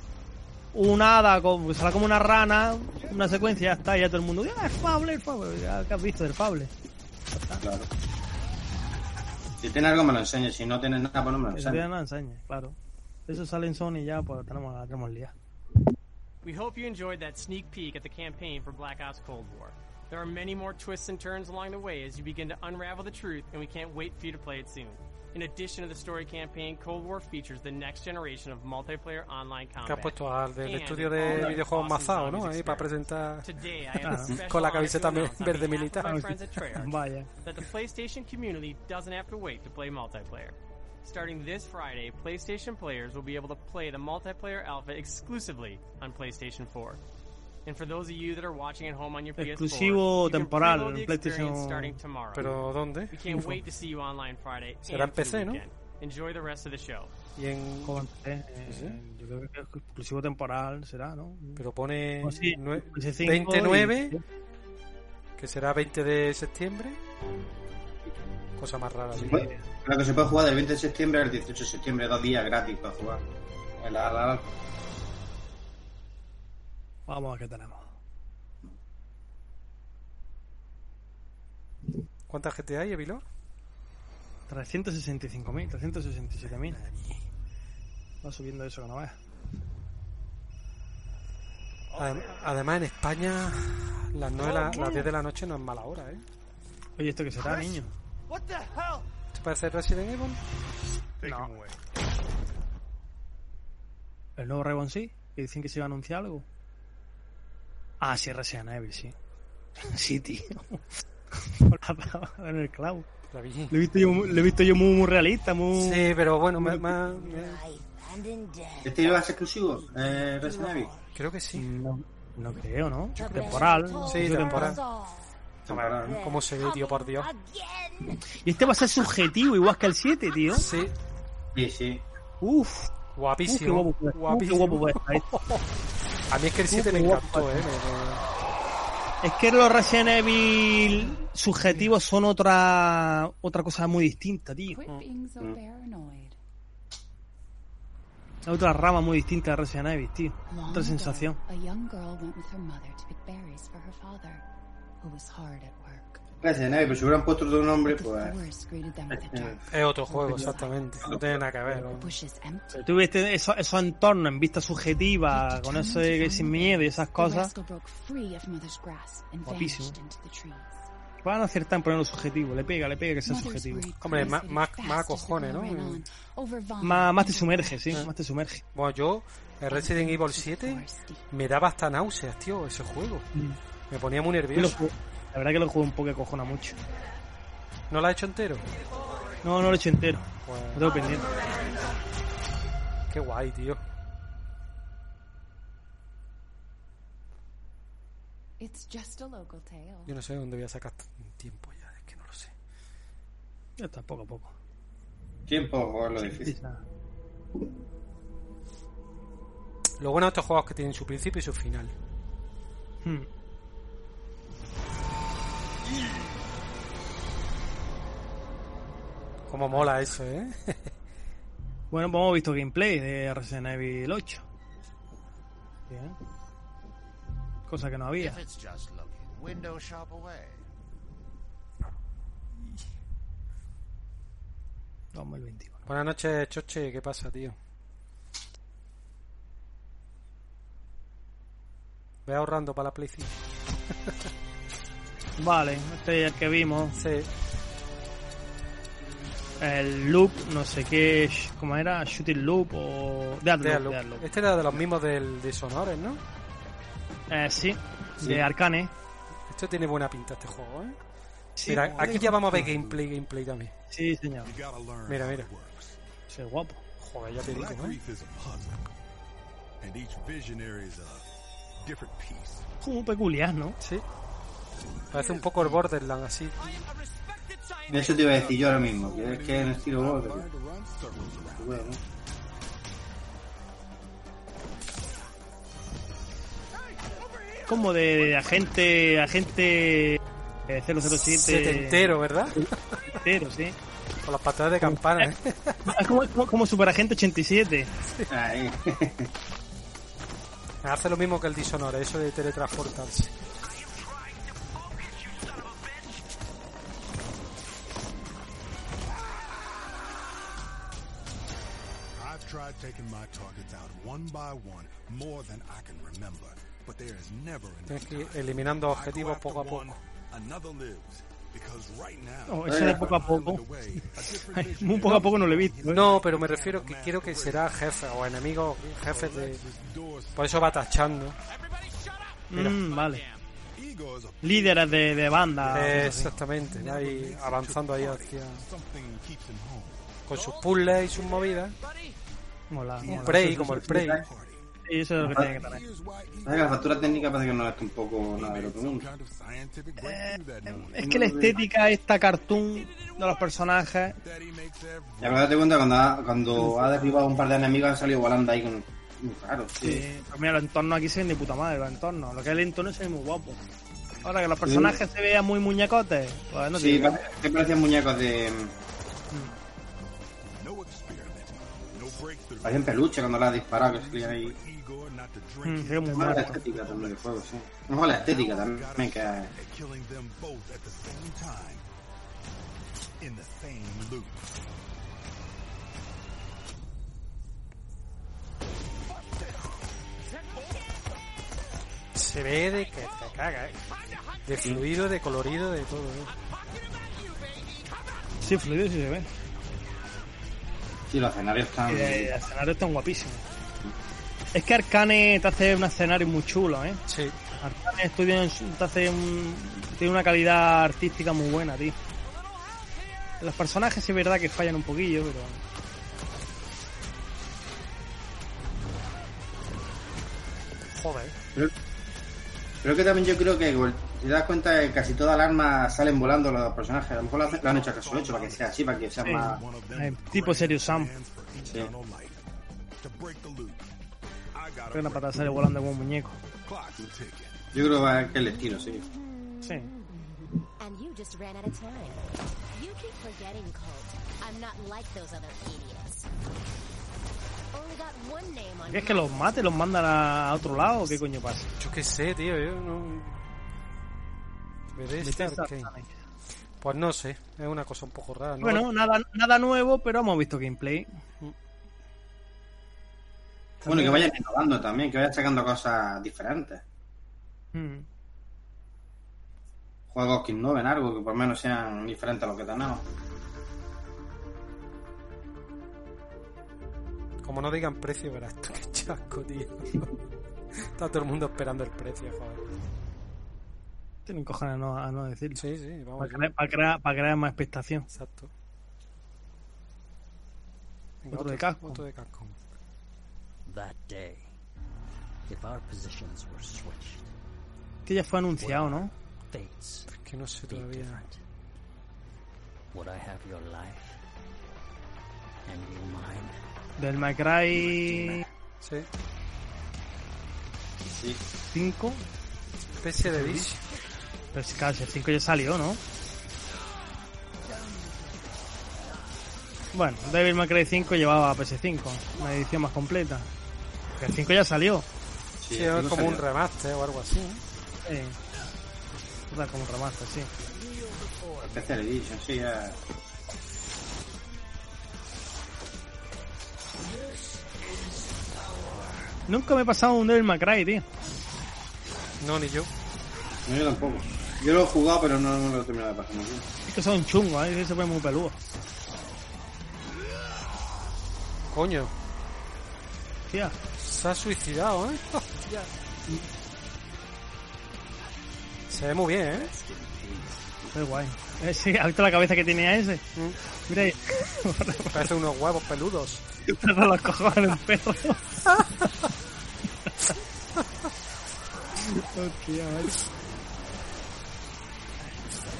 Un hada, con- será como una rana, una secuencia, ya está, y ya todo el mundo. ¡Ah, el fable, el fable! Ya, ¿Qué has visto del fable? Ah, Claro. Si tiene algo me lo enseña, si no tiene nada, pues no me lo Que se vean enseña. las enseñas, claro. Eso sale en Sony ya, pues tenemos la tenemos liada. We hope you enjoyed that sneak peek at the campaign for Black Ops Cold War. There are many more twists and turns along the way as you begin to unravel the truth, and we can't wait for you to play it soon. In addition to the story campaign, Cold War features the next generation of multiplayer online combat. Que has puesto al del and estudio an de all-new Ah, videojuegos awesome Mazao, ¿no? zombies Ahí para experience. presentar Today, I have a special con la honor to cabeceta me- announce on verde behalf of militar. *laughs* my friends at Treyarch Vaya. that the PlayStation community doesn't have to wait to play multiplayer. Starting this Friday, PlayStation players will be able to play the multiplayer alpha exclusively on PlayStation 4. And for those of you that are watching at home on your Exclusivo PS4, you can temporal preload the en PlayStation- experience starting tomorrow. Pero ¿dónde? We can't wait to see you online Friday. Será and en through PC, ¿no? weekend. Enjoy the rest of the show. Y en... Como en PC, eh, Yo creo que es exclusivo temporal será, ¿no? Pero pone Pues sí, nue- PS5 y- 29, que será 20 de septiembre. Cosa más rara. tío. Bueno, Claro Pues, que se puede jugar del 20 de septiembre al 18 de septiembre, dos días gratis para jugar. En la- la- la- Vamos a ver qué tenemos. ¿Cuántas gente hay, Evilor? 365.000, 367.000. Va subiendo eso que no veas. Adem- Además, en España, las, 9 la- las 10 de la noche no es mala hora, ¿eh? Oye, ¿esto qué será, niño? What the hell? ¿Te parece Resident Evil? No. ¿El nuevo Raven sí? ¿Que dicen que se iba a anunciar algo? Ah, sí, Resident Evil, sí. *laughs* Sí, tío. *laughs* en el clavo. La vi. Lo he visto yo, mu- lo he visto yo muy, muy realista, muy... Sí, pero bueno, me- me- me- ¿Este iba a ser exclusivo? Eh, Resident Evil. creo que sí. No, no creo, ¿no? Temporal. Sí, Yo temporal. Oh, Temporal, ¿no? ¿Cómo se ve, tío, por Dios? ¿Ah? Y este va a ser subjetivo, igual que el 7, tío. Sí, Sí, sí. Uf. Uh, qué Guapísimo. guapo, fue. Uh, qué guapísimo. guapo fue. Ahí. A mí es que el Uh, 7 qué me guapo encantó, fue. eh. me- Es que los Resident Evil subjetivos son otra otra cosa muy distinta, tío. being Mm. so paranoid. Es otra rama muy distinta de Resident Evil, tío. Otra sensación. A young girl went with her mother to pick berries for her father, who was hard at work. Gracias, Navi, pero si hubieran puesto otro nombre, pues. eh, Forest greeted them with a dark me- Es otro juego, exactamente. No tiene nada que ver. ¿no? bushes empty. Pero tuviste esos esos entornos en vista subjetiva, con eso de que sin miedo y esas The cosas. rascal broke free of mother's grasp and Guapísimo. vanished into the trees. Van a acertar en ponerlo subjetivo, le pega, le pega que sea Mother's subjetivo. worried Hombre, face más, faded más, fast más as the cojones, girl ¿no? ran on, over vomit Más, más te into sumerge, sí, más te sumerge. Bueno, yo, el Resident Evil 7 me daba hasta náuseas, tío, ese juego. pues. Mm. Me ponía muy Yo lo nervioso. jugué- la verdad que lo juego un poco que cojona mucho. ¿No lo has hecho entero? No, no lo he hecho entero. Pues, Lo tengo pendiente. qué guay, tío. It's just a local tale. Yo no sé dónde voy a sacar t- tiempo ya, es que no lo sé. Ya está, poco a poco. Tiempo para jugarlo difícil. Lo bueno de estos juegos es que tienen su principio y su final. Hmm. Como mola eso, ¿eh? Bueno, pues hemos visto gameplay de Resident Evil 8. Bien. Cosa que no había. If it's just looking, window shop away. Buenas noches, Choche, ¿qué pasa, tío? Voy ahorrando para la Play 5. Vale, este es el que vimos. Sí. El loop, no sé qué, sh- ¿cómo era? Shooting loop o. Dead Deadloop. loop. Dead loop. Este era de los mismos del de Sonores, ¿no? Eh, sí, Sí. de Arcane. Esto tiene buena pinta este juego, ¿eh? Sí, Mira, joder. aquí ya vamos a ver gameplay, gameplay también. Sí, señor. Mira, mira. Soy guapo. Joder, ya te digo, Black ¿eh? Reef is a puzzle, and each visionary is a different piece. Como peculiar, ¿no? Sí. Parece un poco el Borderland así. De eso te iba a decir yo ahora mismo, que es que es en estilo Border. Bueno. Como de, de agente. Agente. eh, 007. Setentero, ¿verdad? Setentero, sí. Con las patadas de campana, ¿eh? *laughs* Es como, como, como Superagente 87. *laughs* Hace lo mismo que el Dishonor, eso de teletransportarse. I've tried taking my targets out one by one more than I can remember, but there is never Tienes enough que ir time. eliminando I go objetivos after poco a poco. one, another lives, because right now- Oh, eso de poco a poco. Ay, Muy poco a poco no lo he visto. ¿eh? No, pero me refiero que quiero que será jefe o enemigo, jefe de... Por eso va tachando. Mira. Mm, vale. Líderes de, de banda. o Eh, sea, Ah, sí. exactamente, va ahí avanzando ahí hacia... Con sus puzzles y sus movidas. Mola, Un mola. prey, como el prey. Sí, eso es lo que tiene que tener. Sabes que La factura técnica parece que no es tampoco nada del otro mundo. Es que la estética esta cartoon de los personajes. Y además date cuenta cuando ha, cuando ha derribado un par de enemigos ha salido volando ahí con... Muy raro, sí. eh, pues mira, los entornos aquí se ven de puta madre, los entornos. Lo que es el entorno se ve muy guapo. Ahora que los personajes se vean muy muñecotes, pues no sí, tiene- pare- que parecen muñecos de... Parecen peluche cuando la has disparado, que salían ahí. Mm, se ve muy Mejor la muerto. estética también del juego, sí. Mejor la estética también, que... killing them both at the same time in the same loop. Se ve de que te caga, ¿eh? De fluido, de colorido, de todo, ¿eh? Sí, fluido sí se ve. Sí, los escenarios están... Eh, el escenario está guapísimo. Es que Arcane te hace un escenario muy chulo, ¿eh? Sí. Arcane Studio en- te hace un- tiene una calidad artística muy buena, tío. Los personajes sí es verdad que fallan un poquillo, pero... Joder. Creo, creo que también yo creo que igual, si te das cuenta que casi todas las armas salen volando los personajes. A lo mejor lo, hacen- lo han hecho a caso hecho para que sea así, para que sea más... Eh, tipo Serious Sam. Sí. to break the loop. I got Una patada sale volando como un muñeco. Clock will tick it. Yo creo que va a que el destino, sí. Sí. And you just ran out of time. You keep forgetting, Colt. I'm not like those other idiots. Only got one name on ¿Qué es que los mate, los mandan a a otro lado o qué coño pasa? Yo qué sé, tío, yo no. Bethesda Bethesda Arcade. Pues no sé, es una cosa un poco rara. ¿no? Bueno, nada, nada nuevo, pero hemos visto gameplay. Bueno, que vayan innovando también, que vayan sacando cosas diferentes. Hmm. Mm. Juegos que innoven algo, que por lo menos sean diferentes a lo que tenemos. Como no digan precio, verás tú *laughs* qué *laughs* chasco, tío. Está todo el mundo esperando el precio, joder. Tienen cojones a no, a no decirlo. Sí, sí, vamos. Para crear, para crear- para crear más expectación. Exacto. Otro de casco. Otro de casco. That day, if our positions were switched, Que ya fue anunciado, ¿no? fates Que no sé todavía. would I have your life and you mine? Del Macray. Sí. Sí. 5. Especie de bicho. Pero es que Pues el 5 ya salió, ¿no? Bueno, Devil May Cry 5 llevaba PS5, una edición más completa. Que El 5 ya salió. Sí, es como un remaster o algo así. ¿eh? Sí. O sea, como un remaster, sí. Special Edition, sí, ya. Nunca me he pasado un Devil May Cry, tío. No, ni yo. No, yo tampoco. Yo lo he jugado, pero no, no lo he terminado de pasar. ¿no? Es que son chungos, ¿eh? se ponen muy peludos. Coño. Tía. Se ha suicidado, ¿eh? *laughs* Se ve muy bien, ¿eh? Qué guay. Eh, sí, ¿has visto la cabeza que tenía ese? Mira ahí. *laughs* Parece unos huevos peludos. Para los cojones *laughs* del perro. Hostia, macho.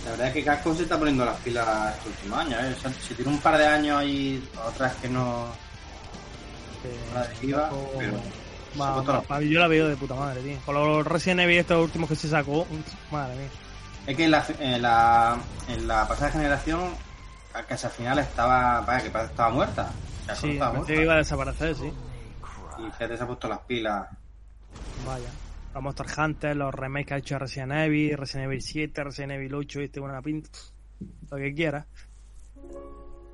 La verdad es que Casco se está poniendo las pilas estos últimos años, ¿eh? O sea, se tiene un par de años ahí, otras que no. nada de IVA, pero. se ha Va, puesto va, las- va, yo la veo de puta madre, tío. Con los Resident Evil estos últimos que se sacó, mm, madre mía. Es que en la, en la, en la pasada generación, casi al final estaba. Vaya, que parece que estaba muerta. Casco Sí, estaba pensé muerta. que iba a desaparecer, sí. Y fíjate, se ha puesto las pilas. Vaya. Los Monster Hunter, los remakes que ha hecho Resident Evil, Resident Evil 7, Resident Evil 8, este, una pinta. Lo que quiera.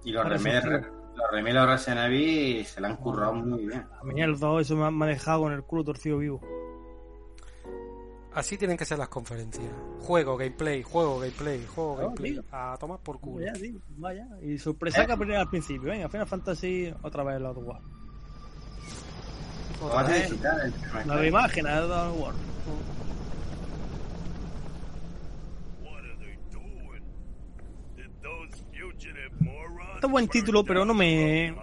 Y los Ahora sí, remakes tío. los remakes de los Resident Evil se la han currado muy bien. A mí el 2 eso me ha, me ha dejado con el culo torcido vivo. Así tienen que ser las conferencias. Juego, gameplay, juego, gameplay, juego, gameplay. A tomar por culo. Vaya, sí, vaya. Y sorpresa que aprendí al principio. Venga, Final Fantasy, otra vez el Odd World. Lo vas a digital, el La primer- imagen, el Odd World. Está buen título, pero no me.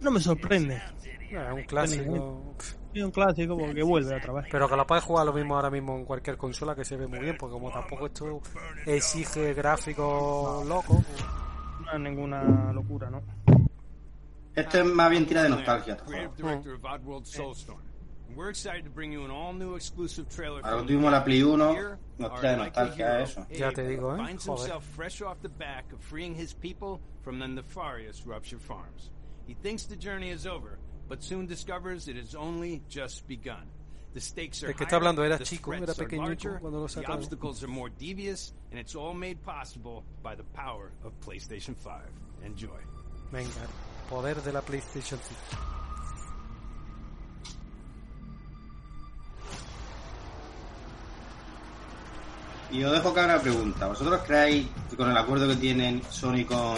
No me sorprende. Es un clásico. Es un clásico porque vuelve otra vez. Pero que lo puedes jugar lo mismo ahora mismo en cualquier consola que se ve muy bien, porque como tampoco esto exige gráficos locos. No es ninguna locura, ¿no? Esto es más bien tira de nostalgia. este juego. Creative director of Oddworld Soulstorm. And we're excited to bring you an all-new exclusive trailer Ahora from tuvimos la Play 1, Here, nos our trae likely nostalgia hero, a eso. Ya uh, te digo, ¿eh? finds Joder. himself fresh off the back of freeing his people from the nefarious Rupture Farms. He thinks the journey is over, but soon discovers it has only just begun. The stakes are El que está higher, hablando era the chico, era threats are pequeñico larger, cuando lo the sacaron. obstacles are more devious, and it's all made possible by the power of PlayStation 5. Enjoy. Venga, poder de la PlayStation 5. Y os dejo que haga una pregunta. ¿Vosotros creéis que con el acuerdo que tienen Sony con,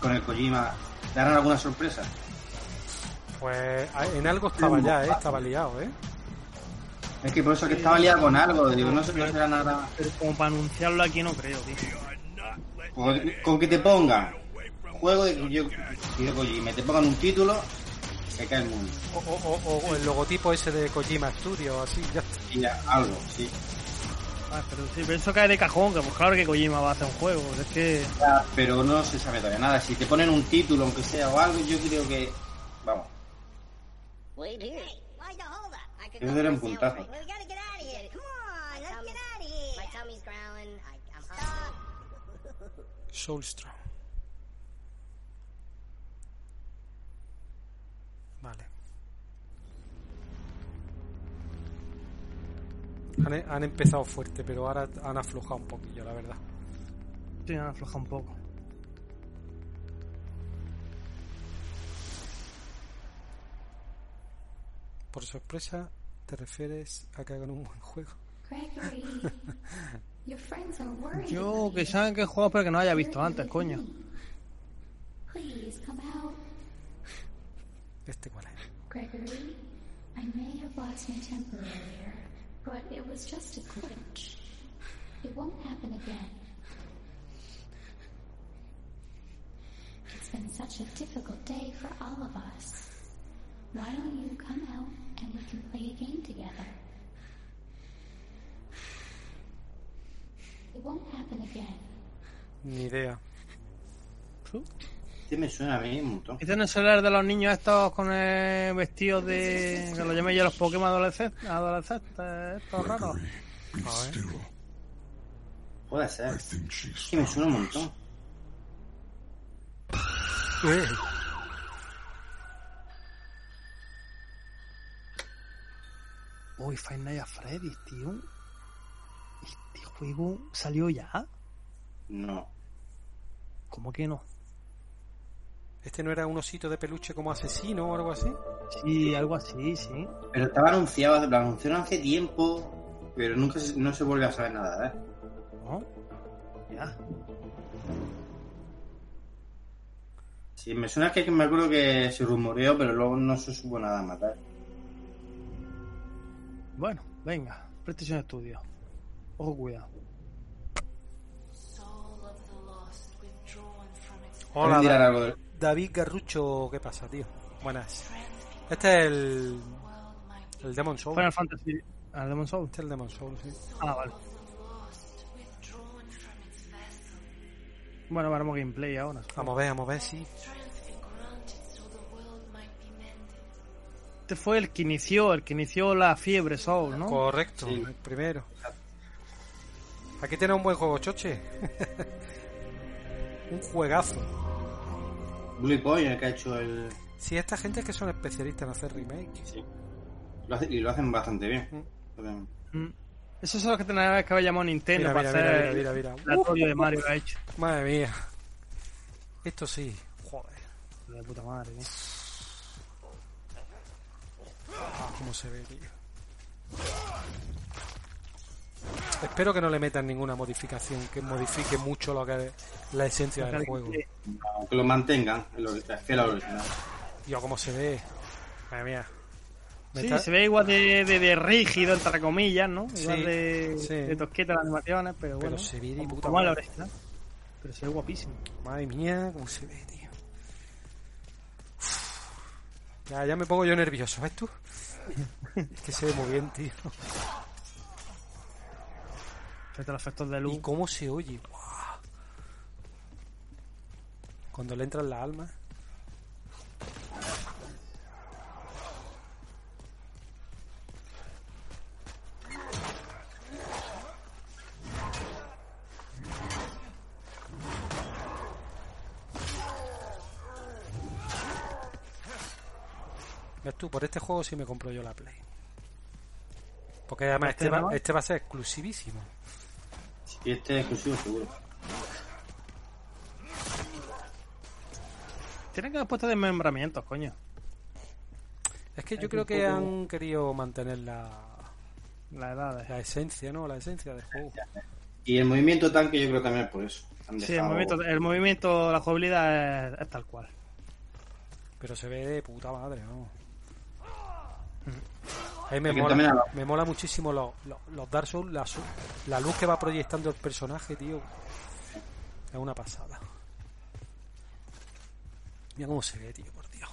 con el Kojima darán alguna sorpresa? Pues a- en algo estaba ya, ¿eh? Estaba liado, ¿eh? Es que por eso que estaba liado con algo, digo, no, sé- no será nada. Pero como para anunciarlo aquí no creo, tío. Con, con que te pongan juego de yo, de Kojima, y te pongan un título, se cae el mundo. O, o- o- o el logotipo ese de Kojima Studio, así, ya está. Y ya, algo, sí. Ah, pero, sí, pero eso cae de cajón, que pues claro que Kojima va a hacer un juego. pero Es que. Ya, pero no se sabe todavía nada. Si te ponen un título, aunque sea o algo, yo creo que. Vamos. Wait here. Hey, why's the hold up? I could Ese go era un myself puntazo. right now. We gotta get out of here. Come on, let's get out of here. My tummy's growling. I, I'm *laughs* hungry. Soulstrom. Vale. Han, han empezado fuerte, pero ahora han aflojado un poquillo, la verdad. Sí, han aflojado un poco. Por sorpresa, te refieres a que hagan un buen juego. Gregory, your friends are worried. Yo, que saben que juego, pero que no haya visto antes, coño. Please come out. Este cuál es. Gregory, I may have lost my temper earlier, but it was just a glitch. It won't happen again. It's been such a difficult day for all of us. Why don't you come out and we can play a game together? It won't happen again. Ni idea. Este me suena a mí un montón. ¿Este no es el de los niños estos con el vestido de. que lo llamé yo los Pokémon adolescentes? Adolescentes, estos raros. Puede ser. Es que me suena un montón. Uy, Five Nights at Freddy's, tío. Este juego salió ya. No. ¿Cómo que no? ¿Este no era un osito de peluche como asesino o algo así? Sí, algo así, sí. Pero estaba anunciado, lo anunciaron hace tiempo, pero nunca se- no se vuelve a saber nada, ¿eh? ¿No? Ya. Sí, me suena que que me acuerdo que se rumoreó, pero luego no se supo nada más. ¿eh? Bueno, venga, PlayStation Studio. Ojo, cuidado. Hola, Quieren tirar Da- algo del- David Garrucho, ¿qué pasa, tío? Buenas. Este es el. El Demon Soul. Final Fantasy. ¿El Ah, Demon Soul? Este es el Demon Soul, sí. Ah, vale. Bueno, vamos gameplay ahora. Vamos a ver, vamos a ver, sí. Este fue el que inició, el que inició la fiebre Soul, ¿no? Correcto, el primero. Aquí tiene un buen juego, Choche. *laughs* un juegazo. Blue Boy, el que ha hecho el. Sí, esta gente es que son especialistas en hacer remake. Sí. Lo hace- y lo hacen bastante bien. Esos son los que tenía que haber llamado Nintendo Mira, para mira, hacer mira, mira, mira. el aleatorio de Mario ha hecho. Madre mía. Esto sí. Joder. De puta madre, ¿eh? tío. Ah, cómo se ve, tío. Espero que no le metan ninguna modificación que modifique mucho lo que la esencia del juego. Aunque lo mantengan, es lo que es que era lo original. Tío, cómo se ve. Madre mía. Me Sí, está- se ve igual de, de, de rígido, entre comillas, ¿no? Igual Sí, de, sí. de tosqueta las animaciones, pero Pero bueno. se ve de como- puta como a la madre. original. Pero se ve guapísimo. Madre mía, cómo se ve, tío. Ya, ya me pongo yo nervioso, ¿ves tú? Es que se ve muy bien, tío. Fíjate los efectos de luz. ¿Y cómo se oye? Guau. Cuando le entran las almas. Ves tú, por este juego sí me compro yo la Play. Porque además ¿Este este va, no? este va a ser exclusivísimo. Y este es exclusivo, seguro. Tienen que haber puesto desmembramientos, coño. Es que Hay yo creo un que poco- han querido mantener la, La edad. la esencia, ¿no? La esencia del juego. Y el movimiento tanque, yo creo también es por eso. Han Sí, el dejado- movimiento, el movimiento, la jugabilidad es, es tal cual. Pero se ve de puta madre, vamos. A mí me Porque también mola, a- me mola muchísimo los, los, los Dark Souls, la, su- la luz que va proyectando el personaje, tío. Es una pasada. Mira cómo se ve, tío, por Dios.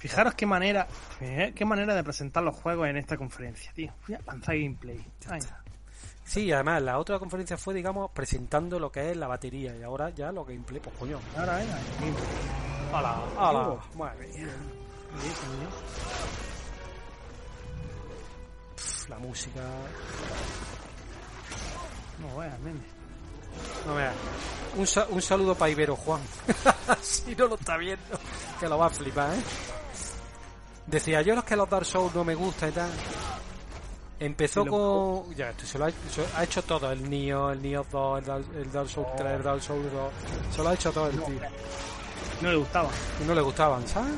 Fijaros qué manera, eh, qué manera de presentar los juegos en esta conferencia, tío. Voy a lanzar gameplay. Ay, Sí, además, la otra conferencia fue, digamos, presentando lo que es la batería y ahora ya lo gameplay, pues coño. ahora venga, gameplay. ¡Hala! ¡Hala! Uh, madre mía. ¿Qué es, niño? Pff, la música. No veas, nene. No veas. Un, sa- un saludo para Ibero Juan. *laughs* si no lo está viendo, que lo va a flipar, ¿eh? Decía yo los que los Dark Souls no me gusta y tal. Empezó con. Ya, esto se lo ha, se ha hecho todo: el Nioh, el Nioh 2, el Dark, el Dark Souls 3, el Dark Souls 2. Se lo ha hecho todo el tío. No le gustaba. No le gustaban, ¿sabes?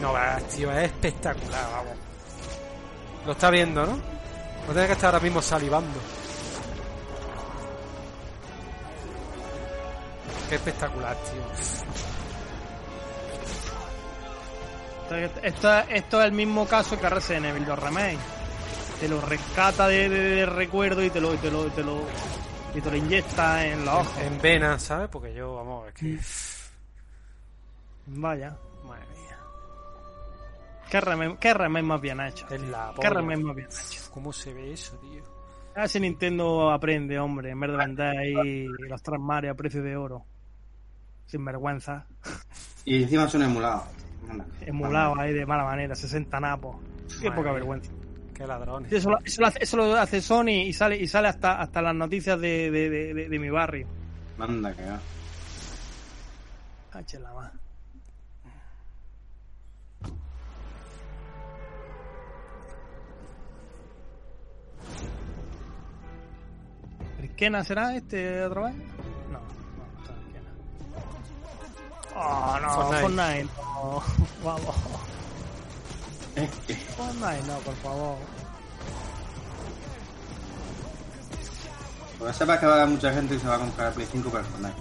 No, va, tío, es espectacular, vamos. Lo está viendo, ¿no? Lo tiene que estar ahora mismo salivando. Qué espectacular, tío. Esto, esto- esto es el mismo caso que Resident Evil 2 Remake. Te lo rescata de, de- de recuerdo y te lo, y te lo, y te lo, y te lo inyecta en los ojos. En venas, ¿sabes? Porque yo, vamos, es que. Vaya, madre mía. ¿Qué remake, qué remake más bien ha hecho? Es la ¿Qué polla. remake más bien? ¿Cómo se ve eso, tío? A ver si Nintendo aprende, hombre, en vez de vender ahí los tres mares a precio de oro. Sin vergüenza. Y encima son emulados. Emulado ahí de mala manera, 60 napos. Qué Madre poca mía. vergüenza. Qué ladrones. Eso lo, eso lo hace, eso lo hace Sony y sale, y sale hasta, hasta las noticias de, de- de- de- de mi barrio. Manda que va. *laughs* Hache Ah, la más. ¿Kena será este otra vez? No, no, está Kena. Oh, no, Fortnite. Fortnite, no. *laughs* Vamos. Fortnite, no, por favor. Porque sepas que va a haber mucha gente que se va a comprar el Play 5 para el Fortnite.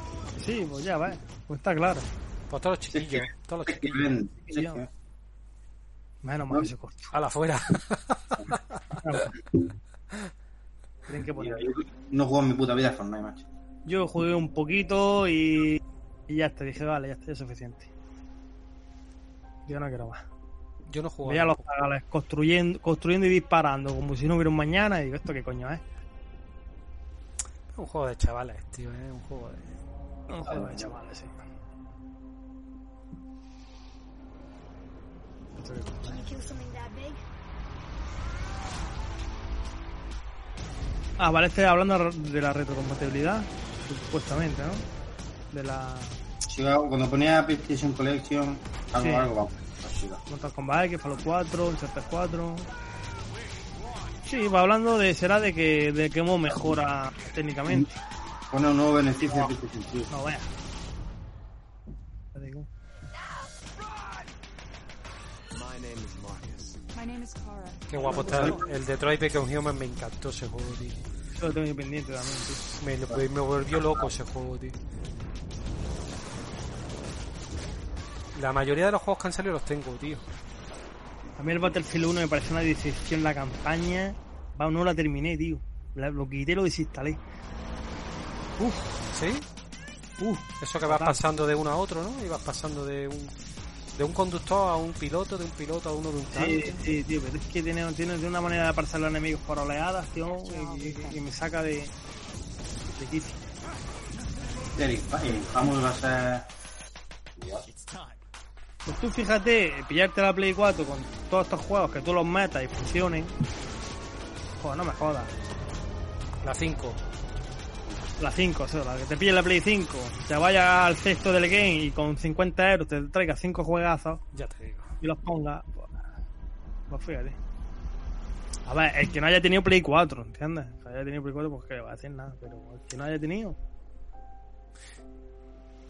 Sí, pues ya, va. Pues está claro. Pues todos los chiquillos. Todos los Es que chiquillos. ven. es que- Menos mal que se cortó. A la fuera. *laughs* Tienen que poner. Yo No juego en mi puta vida al Fortnite, macho. Yo jugué un poquito y, y ya está. Dije, vale, ya está, ya es suficiente. Yo no quiero más. Yo no juego. Veía a los pagales construyendo, construyendo y disparando como si no hubiera un mañana. Y digo, ¿esto qué coño es? Es un juego de chavales, tío, es un juego de. Un juego de chavales, sí. Can you kill something that big? Ah, vale, este hablando de la retrocompatibilidad, supuestamente, ¿no? De la Si va- cuando ponía PlayStation Collection, algo, Sí. algo, vamos. Así va. Mortal Kombat X, Fallout 4, Uncharted 4. Sí, va hablando de será de que de que Mo mejora técnicamente. Pone un nuevo beneficio a PlayStation Plus. No vea. Ya digo. My name is Marcus. My name is Clara. Qué guapo está el, el Detroit Become Human, me encantó ese juego, tío. Yo lo tengo yo pendiente también, tío. Me, lo- me volvió loco ese juego, tío. La mayoría de los juegos que han salido los tengo, tío. A mí el Battlefield 1 me pareció una decepción la campaña. Va, no la terminé, tío. La- lo quité, lo desinstalé. Uf, ¿Sí? Uh, Eso que vas pasando de uno a otro, ¿no? Y vas pasando de un, de un conductor a un piloto, de un piloto a uno de un Sí, tanque. sí, tío, pero es que tiene, tiene una manera de aparecer los enemigos por oleadas, tío, y, y- y me saca de, de quicio. Y el Infa- y el Infamous va a ser. Pues tú fíjate, pillarte la Play 4 con todos estos juegos que tú los metas y funcionen. Joder, no me jodas. La 5. La 5, o sea, la que te pille la Play 5, te vaya al cesto del game y con 50 euros te traiga 5 juegazos Ya te digo. y los ponga. Pues, pues fíjate. A ver, el que no haya tenido Play 4, ¿entiendes? El que haya tenido Play 4, pues que le va a hacer nada, pero el que no haya tenido.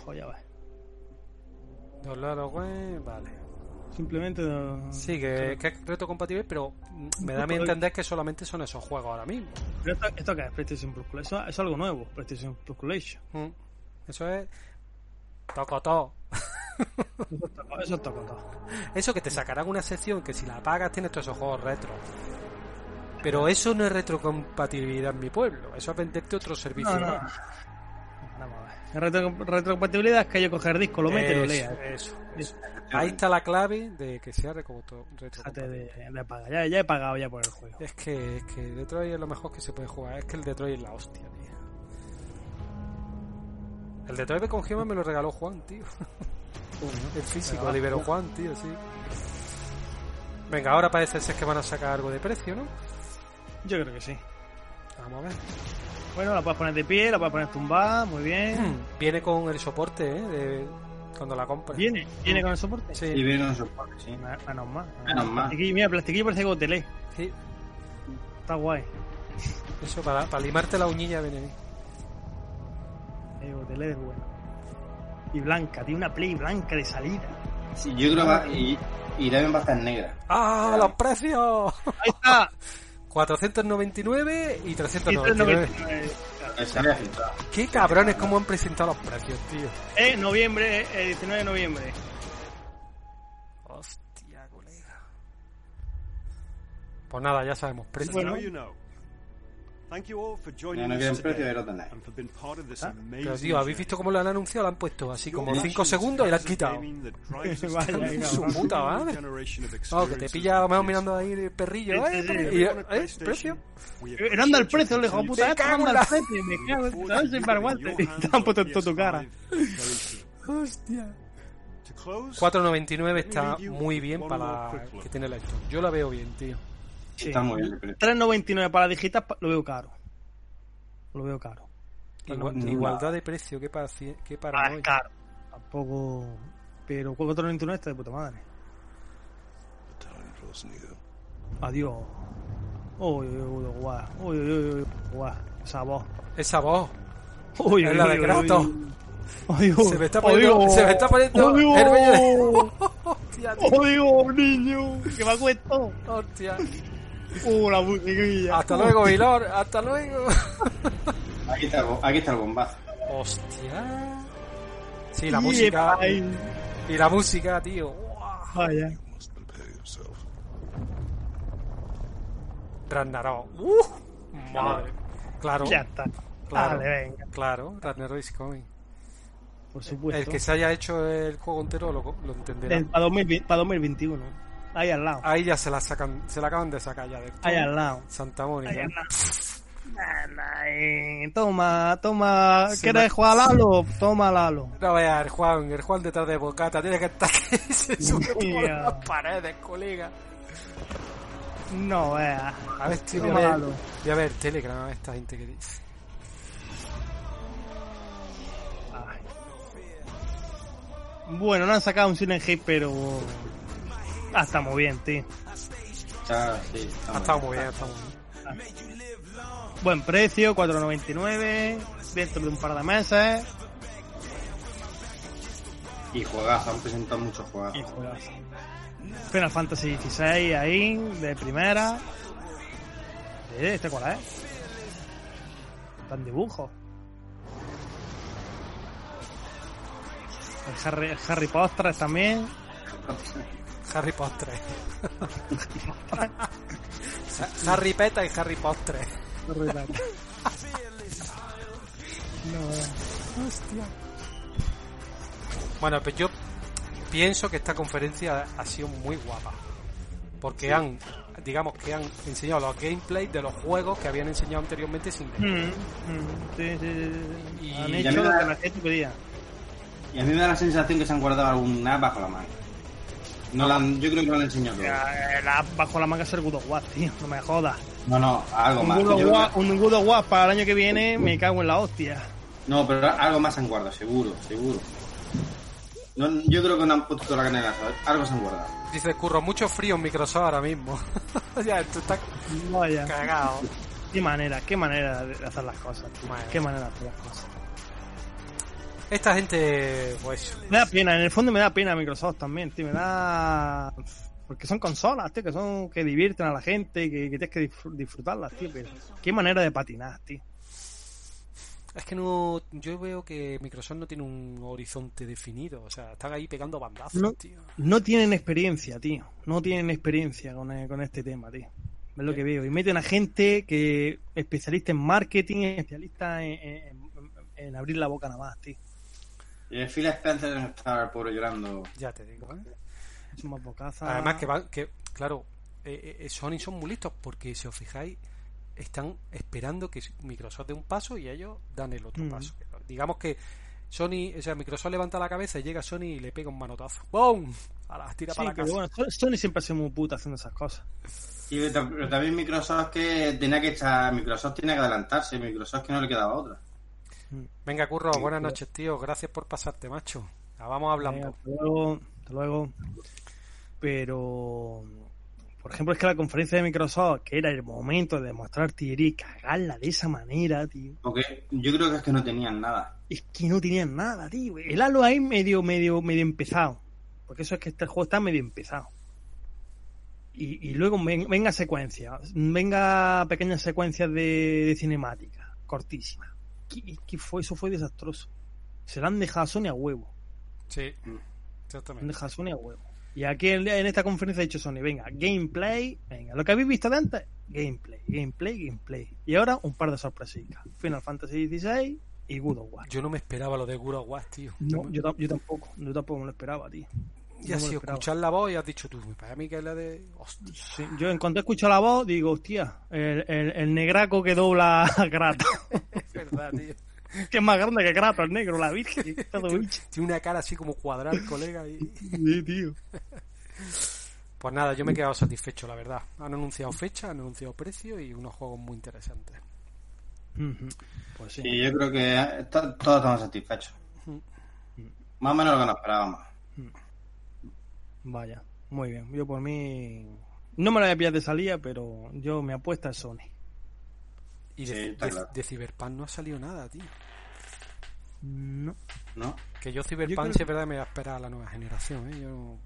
Pues ya va. Dos lados, güey, vale. Simplemente. no- Sí, que, que es reto compatible, pero mm, me da a mí entender que solamente son esos juegos ahora mismo. Pero esto, esto que es PlayStation Plus Collection, eso es algo nuevo, PlayStation Plus Collection. Mm. Eso es. Tocotó. Eso es tocotó. Eso que te sacarán una sección que si la apagas tienes todos esos juegos retro. Pero eso no es retrocompatibilidad en mi pueblo. Eso es venderte otro servicio. No, no. más. Retro- retrocompatibilidad es que yo coger disco, lo mete y lo Eso, lea. eso, eso. Ahí está la clave de que sea recomoto- Fíjate retrocompatible. de, de pagar. Ya, ya he pagado ya por el juego. Es que, es que Detroit es lo mejor que se puede jugar. Es que el Detroit es la hostia, tío. El de Toy con Gema me lo regaló Juan, tío. *laughs* El físico, lo liberó Juan, tío, sí. Venga, ahora parece ser que van a sacar algo de precio, ¿no? Yo creo que sí. Vamos a ver. Bueno, la puedes poner de pie, la puedes poner tumbada, muy bien. Viene con el soporte, ¿eh? De... Cuando la compras. ¿Viene? ¿Viene con el soporte? Sí. Y viene un soporte, sí. Menos más. Menos mal. Plastiquillo, mira, plastiquillo parece gotelé. Sí. Está guay. Eso, para, para limarte la uñilla viene bien. Eh, gotelé es bueno. Y blanca, tiene una play blanca de salida. Sí, yo creo que va, y, y también va a estar negra. ¡Ah, los *laughs* precios! Ahí está. 499 y 399. 199. Esa es la filtrada. Qué cabrones cómo han presentado los precios, tío. Eh, noviembre, eh, 19 de noviembre. Hostia, colega. Pues nada, ya sabemos. Precio. Now you know. Thank you all for joining Ya no us quieren today precio, ya lo tenéis. and for being part of this Ah, amazing Pero tío, ¿habéis journey. visto cómo lo han anunciado? Lo han puesto así como Your 5 passion segundos y lo han quitado. gaming *laughs* that drives us Vaya, to venga, the Su puta new madre. generation of No, que te pilla a lo mejor mirando ahí el perrillo, Sí, ¿eh? sí, sí. Y, ¿eh? ¿Precio? Eh, no anda el precio, le dijo, puta, Me eh, cago en anda la- el precio, *laughs* me cago en *laughs* no, sinvergüenza. *laughs* *laughs* Y te han puesto en toda tu cara. Hostia. To close, 4.99 está muy bien para la- que tiene la esto. Yo la veo bien, tío. Sí. Está muy bien el precio. 3.99 para la digital pa- lo veo caro. Lo veo caro. Igual- No. igualdad de precio, qué, paci- qué Ah, paranoia. es caro. Tampoco. Pero 4.99 está de puta madre. Adiós. Uy, uy, uy, guau. Uy, uy, uy, uy, guau. Esa voz. Esa voz. Uy, es uy, la de uy, uy, Kratos. uy. Adiós. Se me está poniendo- se me está poniendo el vello Hostia, tío. Odio, niño. Que me ha costado. Hostia. Uh, la Uh, musiquilla. Hasta luego, Vilor. Hasta luego. *laughs* Aquí está, el bo- aquí está el bombazo. Hostia. Sí, la Yepa, música. ahí. Y la música, tío. Uah. Vaya. Ragnarok. Uh, madre. Claro. Ya está. Claro. Vale, venga. Claro, Ragnarok is coming. Por supuesto. El que se haya hecho el juego entero lo, lo entenderá. Del- para, 2020 para 2021. Ahí al lado. Ahí ya se la sacan, se la acaban de sacar ya del Ahí al lado. Santa Mónica. Ahí al lado. Ay, eh, Toma, toma. Se me- ¿Quieres jugar a Lalo? Toma Lalo. No veas, el Juan, el Juan detrás de Bocata, tiene que estar que *laughs* se sube por Mira. las paredes, colega. No, vea. A ver, tío, voy Toma a ver, Lalo. voy a ver Telegram a ver esta gente que dice. Ay. Bueno, no han sacado un Silent Hill, pero. Ah, está muy bien, tío. Está, sí, está Ha estado muy bien, ha estado muy bien. Buen precio, 4.99. Dentro de un par de meses. Y juegazo, han presentado muchos juegazos. Y juegazo. Final Fantasy XVI ahí, de primera. Eh, ¿Este cuál es? Están dibujos. El Harry, el Harry Potter también. Harry Potter. Sa- *laughs* Harry Peta y Harry Potter. Harry Potter. No, eh. Hostia. Bueno, pues yo pienso que esta conferencia ha sido muy guapa. Porque han, digamos que han enseñado los gameplays de los juegos que habían enseñado anteriormente sin Mm, mm, sí, sí, sí, sí. Y- Han y a hecho mí lo me- que la gente pedía. Y a mí me da la sensación que se han guardado alguna bajo la mano. No la han- yo creo que no la han enseñado todo. Ya, eh, la- bajo la manga es el God of War, tío, no me jodas. No, no, algo Un más. God, of Yo- War, un God of War para el año que viene me cago en la hostia. No, pero algo más se han guardado, seguro, seguro. No, yo creo que no han puesto la canela, ¿sabes? Algo se han guardado. Dice Curro, mucho frío en Microsoft ahora mismo. *laughs* ya, esto está Vaya. cagado. Qué manera, qué manera de hacer las cosas, tío. Madre. Qué manera de hacer las cosas. Esta gente, pues, Me da pena, en el fondo me da pena Microsoft también, tío. Me da. Porque son consolas, tío, que son que divierten a la gente, que, que tienes que disfr- disfrutarlas, tío. Pero qué manera de patinar, tío. es que no. Yo veo que Microsoft no tiene un horizonte definido. O sea, están ahí pegando bandazos, No. tío. No tienen experiencia, tío. No tienen experiencia con, eh, con este tema, tío. Es lo que veo. Y meten a gente que especialista en marketing, especialista en, en- en abrir la boca nada más, tío. Y el Phil Spencer estaba el pobre llorando. Ya te digo, ¿eh? Son más bocazas. Además que, van- que claro, eh, eh, Sony son muy listos porque si os fijáis están esperando que Microsoft dé un paso y ellos dan el otro Mm. paso. Digamos que Sony, o sea, Microsoft levanta la cabeza y llega Sony y le pega un manotazo. ¡Bum! A la tira Sí, para la pero casa. bueno, Sony siempre ha sido muy puta haciendo esas cosas. Sí, pero pero también Microsoft que tenía que estar, Microsoft tenía que adelantarse, Microsoft que no le quedaba otra. Venga, Curro, buenas noches, tío. Gracias por pasarte, macho. Ya vamos hablando. Eh, hasta luego, hasta luego. Pero, por ejemplo, es que la conferencia de Microsoft, que era el momento de demostrar artillería y cagarla de esa manera, tío. Porque yo creo que es que no tenían nada. Es que no tenían nada, tío. El Halo ahí medio, medio, medio empezado. Porque eso es que este juego está medio empezado. Y, y luego ven- venga secuencias, venga pequeñas secuencias de, de cinemática, cortísimas. ¿Qué, qué fue? Eso fue desastroso. Se la han dejado a Sony a huevo. Sí, Han exactamente. dejado a Sony a huevo. Y aquí en, en esta conferencia ha dicho Sony, venga, gameplay, venga, lo que habéis visto de antes, gameplay, gameplay, gameplay. Y ahora un par de sorpresitas. Final Fantasy XVI y Good of War. Yo no me esperaba lo de Guru Aguas, tío. No, yo, tam- yo tampoco, yo tampoco me lo esperaba, tío. Y No me así lo esperaba. escuchar la voz y has dicho tú, me parece a mí que es la de. Hostia. Sí, yo en cuanto escucho la voz digo, hostia, el, el, el negraco que dobla *laughs* a Kratos. Es verdad, tío. que es más grande que Kratos, el negro, la virgen. todo bicho. Tiene una cara así como cuadrar, colega. Y... Sí, tío. *laughs* Pues nada, yo me he quedado satisfecho, la verdad. Han anunciado fecha, han anunciado precio y unos juegos muy interesantes. Pues Sí, yo creo que eh, to- todos estamos satisfechos. Más o menos lo que nos esperábamos. Vaya, muy bien. Yo por mí no me la voy a pillar de salida, pero yo me apuesta a Sony. Y de, Sí, está de- claro. de Cyberpunk no ha salido nada, tío. No. ¿No? Que yo Cyberpunk, creo- sí es verdad, me voy a esperar a la nueva generación, ¿eh? Yo-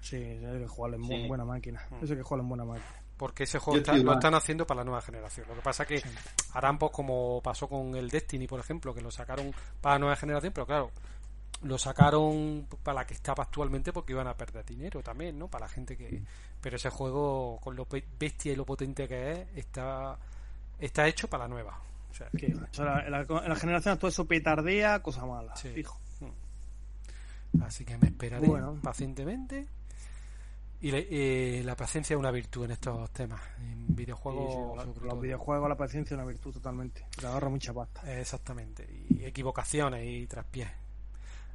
Sí, hay que jugarlo en Sí. bu- buena máquina. Mm. Eso hay que jugarlo en buena máquina. Porque ese juego Yo está- estoy lo igual. están haciendo para la nueva generación. Lo que pasa que harán pues como pasó con el Destiny, por ejemplo, que lo sacaron para la nueva generación, pero claro, lo sacaron para la que estaba actualmente porque iban a perder dinero también, ¿no? Para la gente que... Pero ese juego, con lo be- bestia y lo potente que es, está, está hecho para la nueva. O sea, Que, o sea, la, la- la generación actual eso petardea, cosa mala. Sí. Fijo. Así que me esperaré Bueno. pacientemente. Y le- eh, la paciencia es una virtud en estos temas, en videojuegos Sí, sí, la- sobre los todo. videojuegos, la paciencia es una virtud totalmente. Te ahorra mucha pasta. Eh, Exactamente, y equivocaciones y traspiés.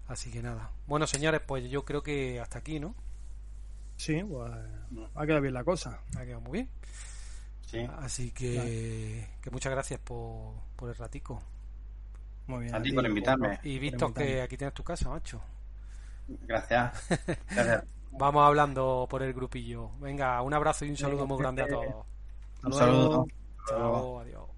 Así que nada. Bueno, señores, pues yo creo que hasta aquí, ¿no? Sí, pues Mm. ha quedado bien la cosa. Ha quedado muy bien. Así que, que muchas gracias por, por el ratico. Muy bien. A ti por invitarme. Y visto visto que aquí tienes tu casa, macho. Gracias. Gracias. Vamos hablando por el grupillo. Venga, un abrazo y un saludo muy grande a gente. todos. Un saludo. Chao, adiós.